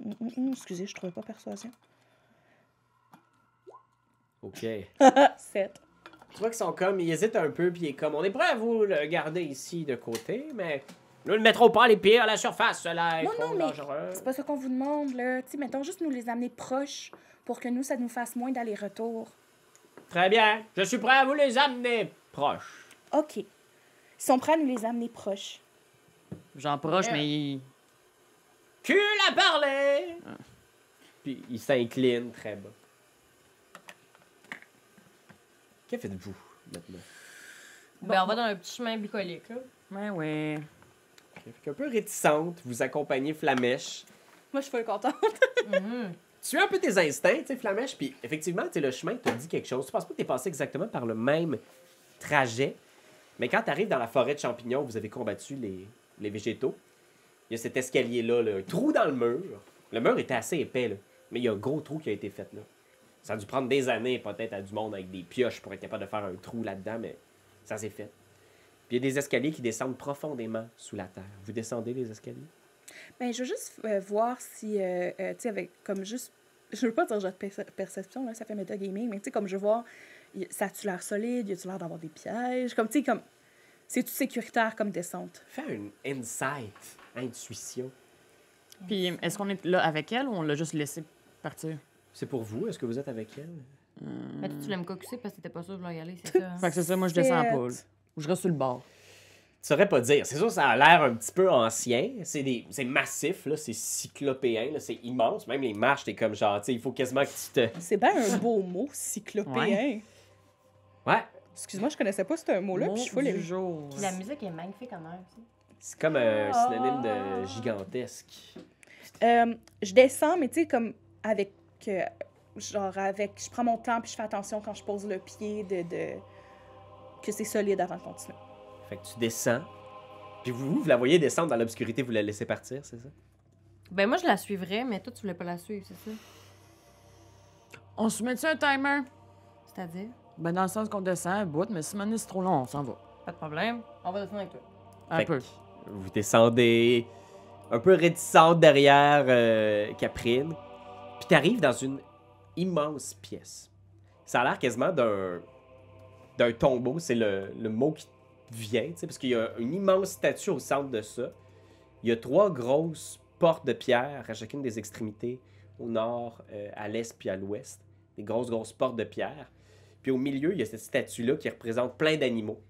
Speaker 5: Hum, hum, hum, excusez, je trouvais pas persuasion.
Speaker 2: Ok.
Speaker 5: Ah, Sept.
Speaker 2: Tu vois qu'ils sont comme, ils hésitent un peu, puis ils est comme, on est prêt à vous le garder ici de côté, mais nous ne mettrons pas les pieds à la surface, cela est
Speaker 5: Non,
Speaker 2: trop
Speaker 5: non, mais
Speaker 2: dangereux.
Speaker 5: C'est pas ça qu'on vous demande, là. Tu sais, mettons juste nous les amener proches pour que nous, ça nous fasse moins d'aller-retour.
Speaker 2: Très bien, je suis prêt à vous les amener proches.
Speaker 5: OK. Ils sont prêts à nous les amener proches.
Speaker 7: J'en proche, mais il-
Speaker 2: Cul à parler! Ah. Puis il s'incline très bas. Que faites-vous maintenant?
Speaker 4: Ben, on va dans un petit chemin bucolique, là.
Speaker 7: Ben oui.
Speaker 2: Ok, fait qu'un peu réticente, vous accompagnez Flamèche.
Speaker 5: Moi, je suis full contente.
Speaker 4: Mhm.
Speaker 2: Tu as un peu tes instincts, tu sais, Flamèche, puis effectivement, tu sais, le chemin te dit quelque chose. Tu penses pas que t'es passé exactement par le même trajet, mais quand t'arrives dans la forêt de champignons, vous avez combattu les, les végétaux, il y a cet escalier-là, là, un trou dans le mur. Le mur était assez épais, là, mais il y a un gros trou qui a été fait, là. Ça a dû prendre des années, peut-être, à du monde avec des pioches pour être capable de faire un trou là-dedans, mais ça s'est fait. Puis il y a des escaliers qui descendent profondément sous la terre. Vous descendez les escaliers?
Speaker 5: Ben, je veux juste euh, voir si, euh, euh, tu sais, avec comme juste. Je veux pas dire jeu de perce- perception, là, ça fait metagaming, mais tu sais, comme je veux voir, y- ça a-tu l'air solide, y a-tu l'air d'avoir des pièges? Comme, tu sais, comme. C'est-tu sécuritaire comme descente?
Speaker 2: Fais une insight, intuition.
Speaker 3: Puis est-ce qu'on est là avec elle ou on l'a juste laissé partir?
Speaker 2: C'est pour vous? Est-ce que vous êtes avec elle?
Speaker 4: Ben, toi, tu l'aimes cocusser parce que t'étais pas sûr de vouloir y aller, c'est ça. hein?
Speaker 3: Fait que c'est ça, moi je descends
Speaker 5: Sept.
Speaker 3: pas. là. Ou je reste sur le bord.
Speaker 2: Tu saurais pas dire. C'est sûr, ça a l'air un petit peu ancien. C'est des, c'est massif, là, c'est cyclopéen, là, c'est immense. Même les marches, t'es comme genre, tu sais, il faut quasiment que tu te.
Speaker 5: C'est bien un beau mot, cyclopéen.
Speaker 2: Ouais,
Speaker 5: Excuse-moi, je connaissais pas ce mot-là, puis je suis full
Speaker 7: les
Speaker 5: ému.
Speaker 7: jours.
Speaker 4: Puis la musique est magnifique en heure, tu sais.
Speaker 2: c'est comme un synonyme de gigantesque.
Speaker 5: Euh, je descends, mais tu sais, comme avec. euh, genre, avec. Je prends mon temps, puis je fais attention quand je pose le pied, de. de- que c'est solide avant de continuer.
Speaker 2: Fait que tu descends. Puis vous, vous la voyez descendre dans l'obscurité, vous la laissez partir, c'est ça?
Speaker 4: Ben, moi, je la suivrais, mais toi, tu voulais pas la suivre, c'est ça?
Speaker 7: On se met-tu un timer?
Speaker 4: C'est-à-dire?
Speaker 7: Ben, dans le sens qu'on descend un bout, mais si maintenant c'est trop long, on s'en va.
Speaker 4: Pas de problème. On va descendre avec toi.
Speaker 7: Un
Speaker 2: Fait que
Speaker 7: peu.
Speaker 2: Vous descendez un peu réticente derrière euh, Caprine. Puis t'arrives dans une immense pièce. Ça a l'air quasiment d'un d'un tombeau, c'est le, le mot qui te vient, tu sais, parce qu'il y a une immense statue au centre de ça. Il y a trois grosses portes de pierre à chacune des extrémités, au nord, euh, à l'est puis à l'ouest. Des grosses, grosses portes de pierre. Puis au milieu, il y a cette statue-là qui représente plein d'animaux.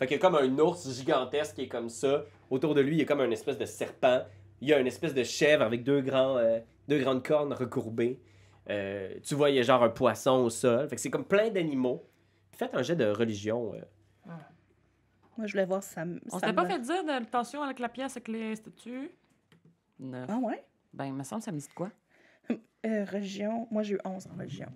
Speaker 2: Fait qu'il y a comme un ours gigantesque qui est comme ça. Autour de lui, il y a comme un espèce de serpent. Il y a une espèce de chèvre avec deux, grands, euh, deux grandes cornes recourbées. Euh, tu vois, il y a genre un poisson au sol. Fait que c'est comme plein d'animaux. Faites un jet de religion. euh.
Speaker 5: Moi, je voulais voir si ça me.
Speaker 9: On
Speaker 5: ça
Speaker 9: s'était pas
Speaker 5: me-
Speaker 9: fait dire de tension avec la pièce, avec les statues.
Speaker 7: Neuf.
Speaker 5: Ah ouais?
Speaker 7: Ben, il me semble, ça me dit de quoi?
Speaker 5: Euh, religion. Moi, j'ai eu 11 en religion.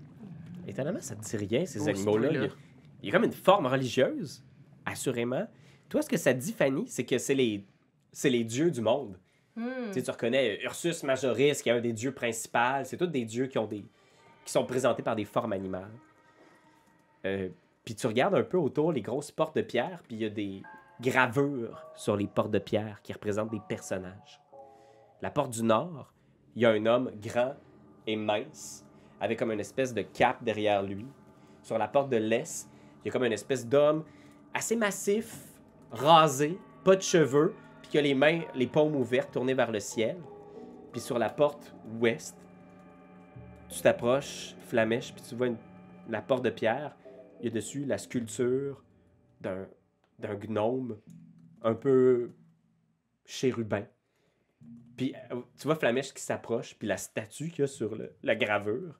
Speaker 2: Étonnamment, ça ne dit rien, ces
Speaker 7: Oh, c'est
Speaker 2: animaux-là. Il y,
Speaker 7: vrai,
Speaker 2: a,
Speaker 7: là.
Speaker 2: il y a comme une forme religieuse, assurément. Toi, ce que ça dit, Fanny, c'est que c'est les, c'est les dieux du monde.
Speaker 4: Hmm.
Speaker 2: Tu sais, tu reconnais euh, Ursus Majoris, qui est un des dieux principaux. C'est tous des dieux qui ont des qui sont présentés par des formes animales. Euh, puis tu regardes un peu autour les grosses portes de pierre, puis il y a des gravures sur les portes de pierre qui représentent des personnages. La porte du nord, il y a un homme grand et mince, avec comme une espèce de cape derrière lui. Sur la porte de l'est, il y a comme une espèce d'homme assez massif, rasé, pas de cheveux, puis qui a les mains, les paumes ouvertes, tournées vers le ciel. Puis sur la porte ouest, tu t'approches, flamèche, puis tu vois une- la porte de pierre. Il y a dessus la sculpture d'un, d'un gnome un peu chérubin. Puis euh, tu vois Flamèche qui s'approche, puis la statue qu'il y a sur le- la gravure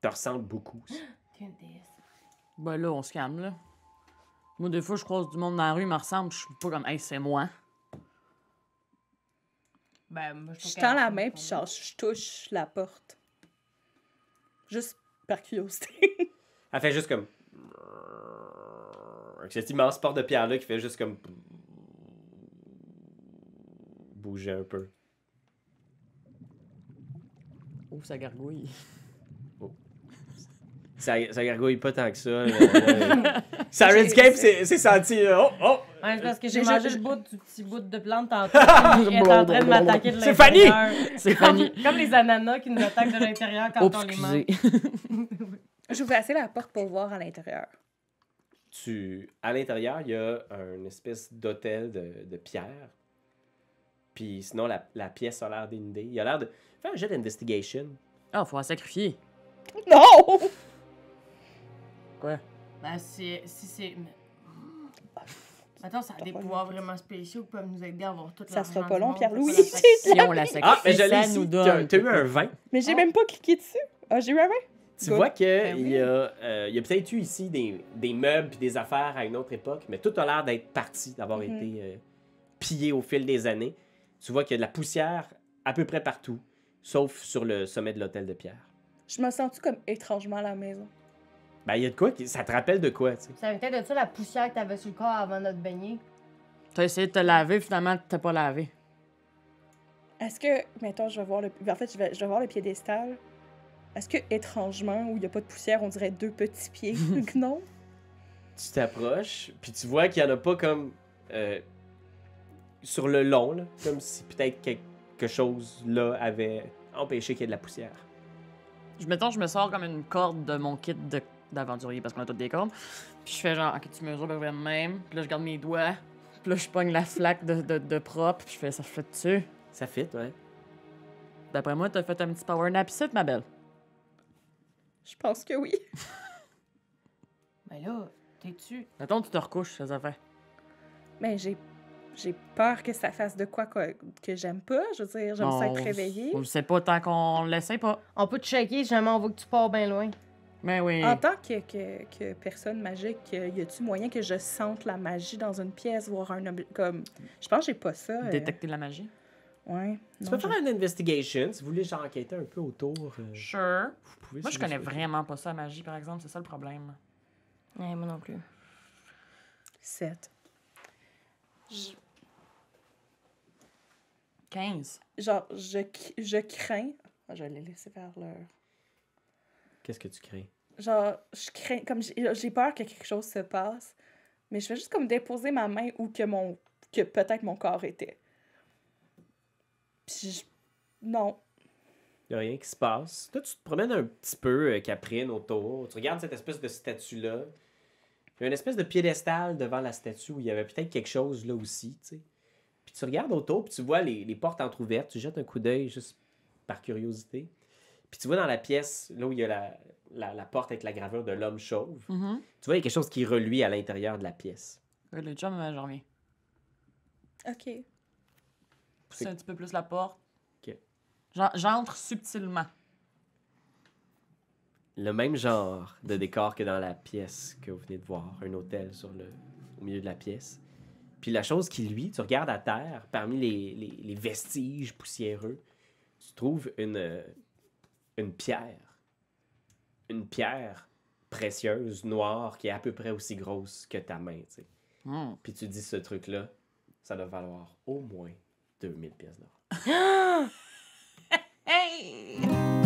Speaker 2: te ressemble beaucoup.
Speaker 4: T'es une déesse.
Speaker 7: Ben là, on se calme, là. Moi, des fois, je croise du monde dans la rue, il me ressemble, je suis pas comme, hey, c'est moi.
Speaker 4: Ben, moi, je
Speaker 5: Je
Speaker 4: trouve
Speaker 5: tends
Speaker 4: qu'elle-
Speaker 5: la main, puis genre, je touche la porte. Juste par curiosité.
Speaker 2: Elle fait juste comme. Avec cette immense porte de pierre-là qui fait juste comme. bouger un peu.
Speaker 7: Oh, ça gargouille.
Speaker 2: Ça, ça gargouille pas tant que ça. là. Euh, Sirenscape, c'est c'est senti. euh, Oh, oh!
Speaker 6: Ouais, c'est parce que j'ai
Speaker 5: Déjà,
Speaker 6: mangé
Speaker 5: je-
Speaker 6: le bout du petit bout de plante tantôt. Elle est en train de m'attaquer de
Speaker 2: C'est
Speaker 6: l'intérieur.
Speaker 2: Fanny!
Speaker 6: C'est Comme, comme les ananas qui nous attaquent de l'intérieur quand
Speaker 7: Oups,
Speaker 6: on les mange.
Speaker 7: excusez.
Speaker 5: J'ouvre assez la porte pour voir à l'intérieur.
Speaker 2: tu à l'intérieur, il y a une espèce d'hôtel de, de pierre. Puis sinon, la, la pièce a l'air d'inondée. Il a l'air de faire un jet d'investigation.
Speaker 3: Ah, faut la sacrifier.
Speaker 5: Non!
Speaker 6: Ben, c'est- si c'est. Attends, ça a des pouvoirs vraiment spéciaux qui peuvent nous aider à avoir toute la
Speaker 5: Ça sera pas long, Pierre-Louis.
Speaker 3: Si on la
Speaker 2: Ah, mais
Speaker 3: sacrifie,
Speaker 2: je l'ai
Speaker 3: ça
Speaker 2: ici.
Speaker 3: nous
Speaker 2: T'as
Speaker 3: donne.
Speaker 2: t'as eu un vin.
Speaker 5: Mais j'ai même pas cliqué dessus. Ah, j'ai eu un vin?
Speaker 2: Tu
Speaker 5: Good. Ben
Speaker 2: vois qu'il y a, euh, il y a peut-être eu ici des, des meubles puis des affaires à une autre époque, mais tout a l'air d'être parti, d'avoir
Speaker 5: Mhm.
Speaker 2: été euh, pillé au fil des années. Tu vois qu'il y a de la poussière à peu près partout, sauf sur le sommet de l'hôtel de pierre.
Speaker 5: Je me sens-tu comme étrangement à la maison?
Speaker 2: Ben, il y a de quoi qui- Ça te rappelle de quoi, tu sais?
Speaker 4: Ça vient peut-être de ça la poussière que t'avais sur le corps avant notre baigner.
Speaker 3: T'as essayé de te laver, finalement, t'as pas lavé.
Speaker 5: Est-ce que, mettons, je vais voir le... En fait, je vais, je vais voir le piédestal. Est-ce que, étrangement, où il n'y a pas de poussière, on dirait deux petits pieds? non?
Speaker 2: tu t'approches, puis tu vois qu'il n'y en a pas comme. euh, sur le long, là, comme si peut-être quelque chose là avait empêché qu'il y ait de la poussière.
Speaker 7: Je mettons, je me sors comme une corde de mon kit de- d'aventurier parce qu'on a toutes des cordes. Puis je fais genre, ok, tu mesures à peu près de même. Puis là, je garde mes doigts. Puis là, je pogne la flaque de, de, de propre. Puis je fais, ça fait dessus.
Speaker 2: Ça fit, ouais.
Speaker 7: D'après moi, t'as fait un petit power nap ici, ma belle.
Speaker 5: Je pense que oui.
Speaker 6: Mais là, t'es-tu.
Speaker 7: Mettons, tu te recouches, ça, ça fait.
Speaker 5: Mais j'ai... J'ai peur que ça fasse de quoi que, que j'aime pas. Je veux dire, j'aime ça
Speaker 7: On-
Speaker 5: être réveillée.
Speaker 7: On le sait pas tant qu'on l'essaie pas.
Speaker 4: On peut te checker si jamais on voit que tu pars bien loin.
Speaker 7: Mais oui.
Speaker 5: En tant que, que- que personne magique, euh, y a-tu moyen que je sente la magie dans une pièce, voir un objet comme Je pense que j'ai pas ça. euh,
Speaker 7: Détecter de la magie.
Speaker 5: Ouais.
Speaker 2: Tu
Speaker 5: non,
Speaker 2: peux
Speaker 5: j'ai-
Speaker 2: faire une investigation si vous voulez genre enquêter un peu autour. euh,
Speaker 7: Sure.
Speaker 2: vous pouvez,
Speaker 7: Moi,
Speaker 2: si
Speaker 7: je
Speaker 2: vous
Speaker 7: connais
Speaker 2: souhaitez.
Speaker 7: vraiment pas ça, la magie, par exemple. C'est ça le problème.
Speaker 4: Ouais, moi non plus.
Speaker 5: Sept.
Speaker 7: 15.
Speaker 5: Genre, je, cr- je crains. Ah, Je l'ai laissé vers leur.
Speaker 2: Qu'est-ce que tu crées
Speaker 5: Genre, je crains. Comme j'ai j'ai peur que quelque chose se passe, mais je vais juste comme déposer ma main où que mon. que peut-être mon corps était. Puis je- Non.
Speaker 2: Il n'y a rien qui se passe. Toi, tu te promènes un petit peu, euh, Caprine, autour. Tu regardes cette espèce de statue-là. Il y a une espèce de piédestal devant la statue où il y avait peut-être quelque chose là aussi, tu sais. Puis tu regardes autour, puis tu vois les, les portes entrouvertes. Tu jettes un coup d'œil juste par curiosité. Puis tu vois dans la pièce, là où il y a la, la, la porte avec la gravure de l'homme chauve,
Speaker 5: Mm-hmm.
Speaker 7: Mhm.
Speaker 2: tu vois, il y a quelque chose qui reluit à l'intérieur de la pièce.
Speaker 7: Ouais, Le chum, euh, j'en reviens.
Speaker 5: Ok.
Speaker 7: Pousser un petit peu plus la porte.
Speaker 2: Ok.
Speaker 7: J'en- J'entre subtilement.
Speaker 2: Le même genre de décor que dans la pièce que vous venez de voir, un hôtel sur le, au milieu de la pièce. Puis la chose qui, lui, tu regardes à terre, parmi les, les- les vestiges poussiéreux, tu trouves une, euh, une pierre. Une pierre précieuse, noire, qui est à peu près aussi grosse que ta main. tu sais.
Speaker 7: Hmm.
Speaker 2: Puis tu dis ce truc-là, ça doit valoir au moins 2000 pièces d'or.
Speaker 7: Hey!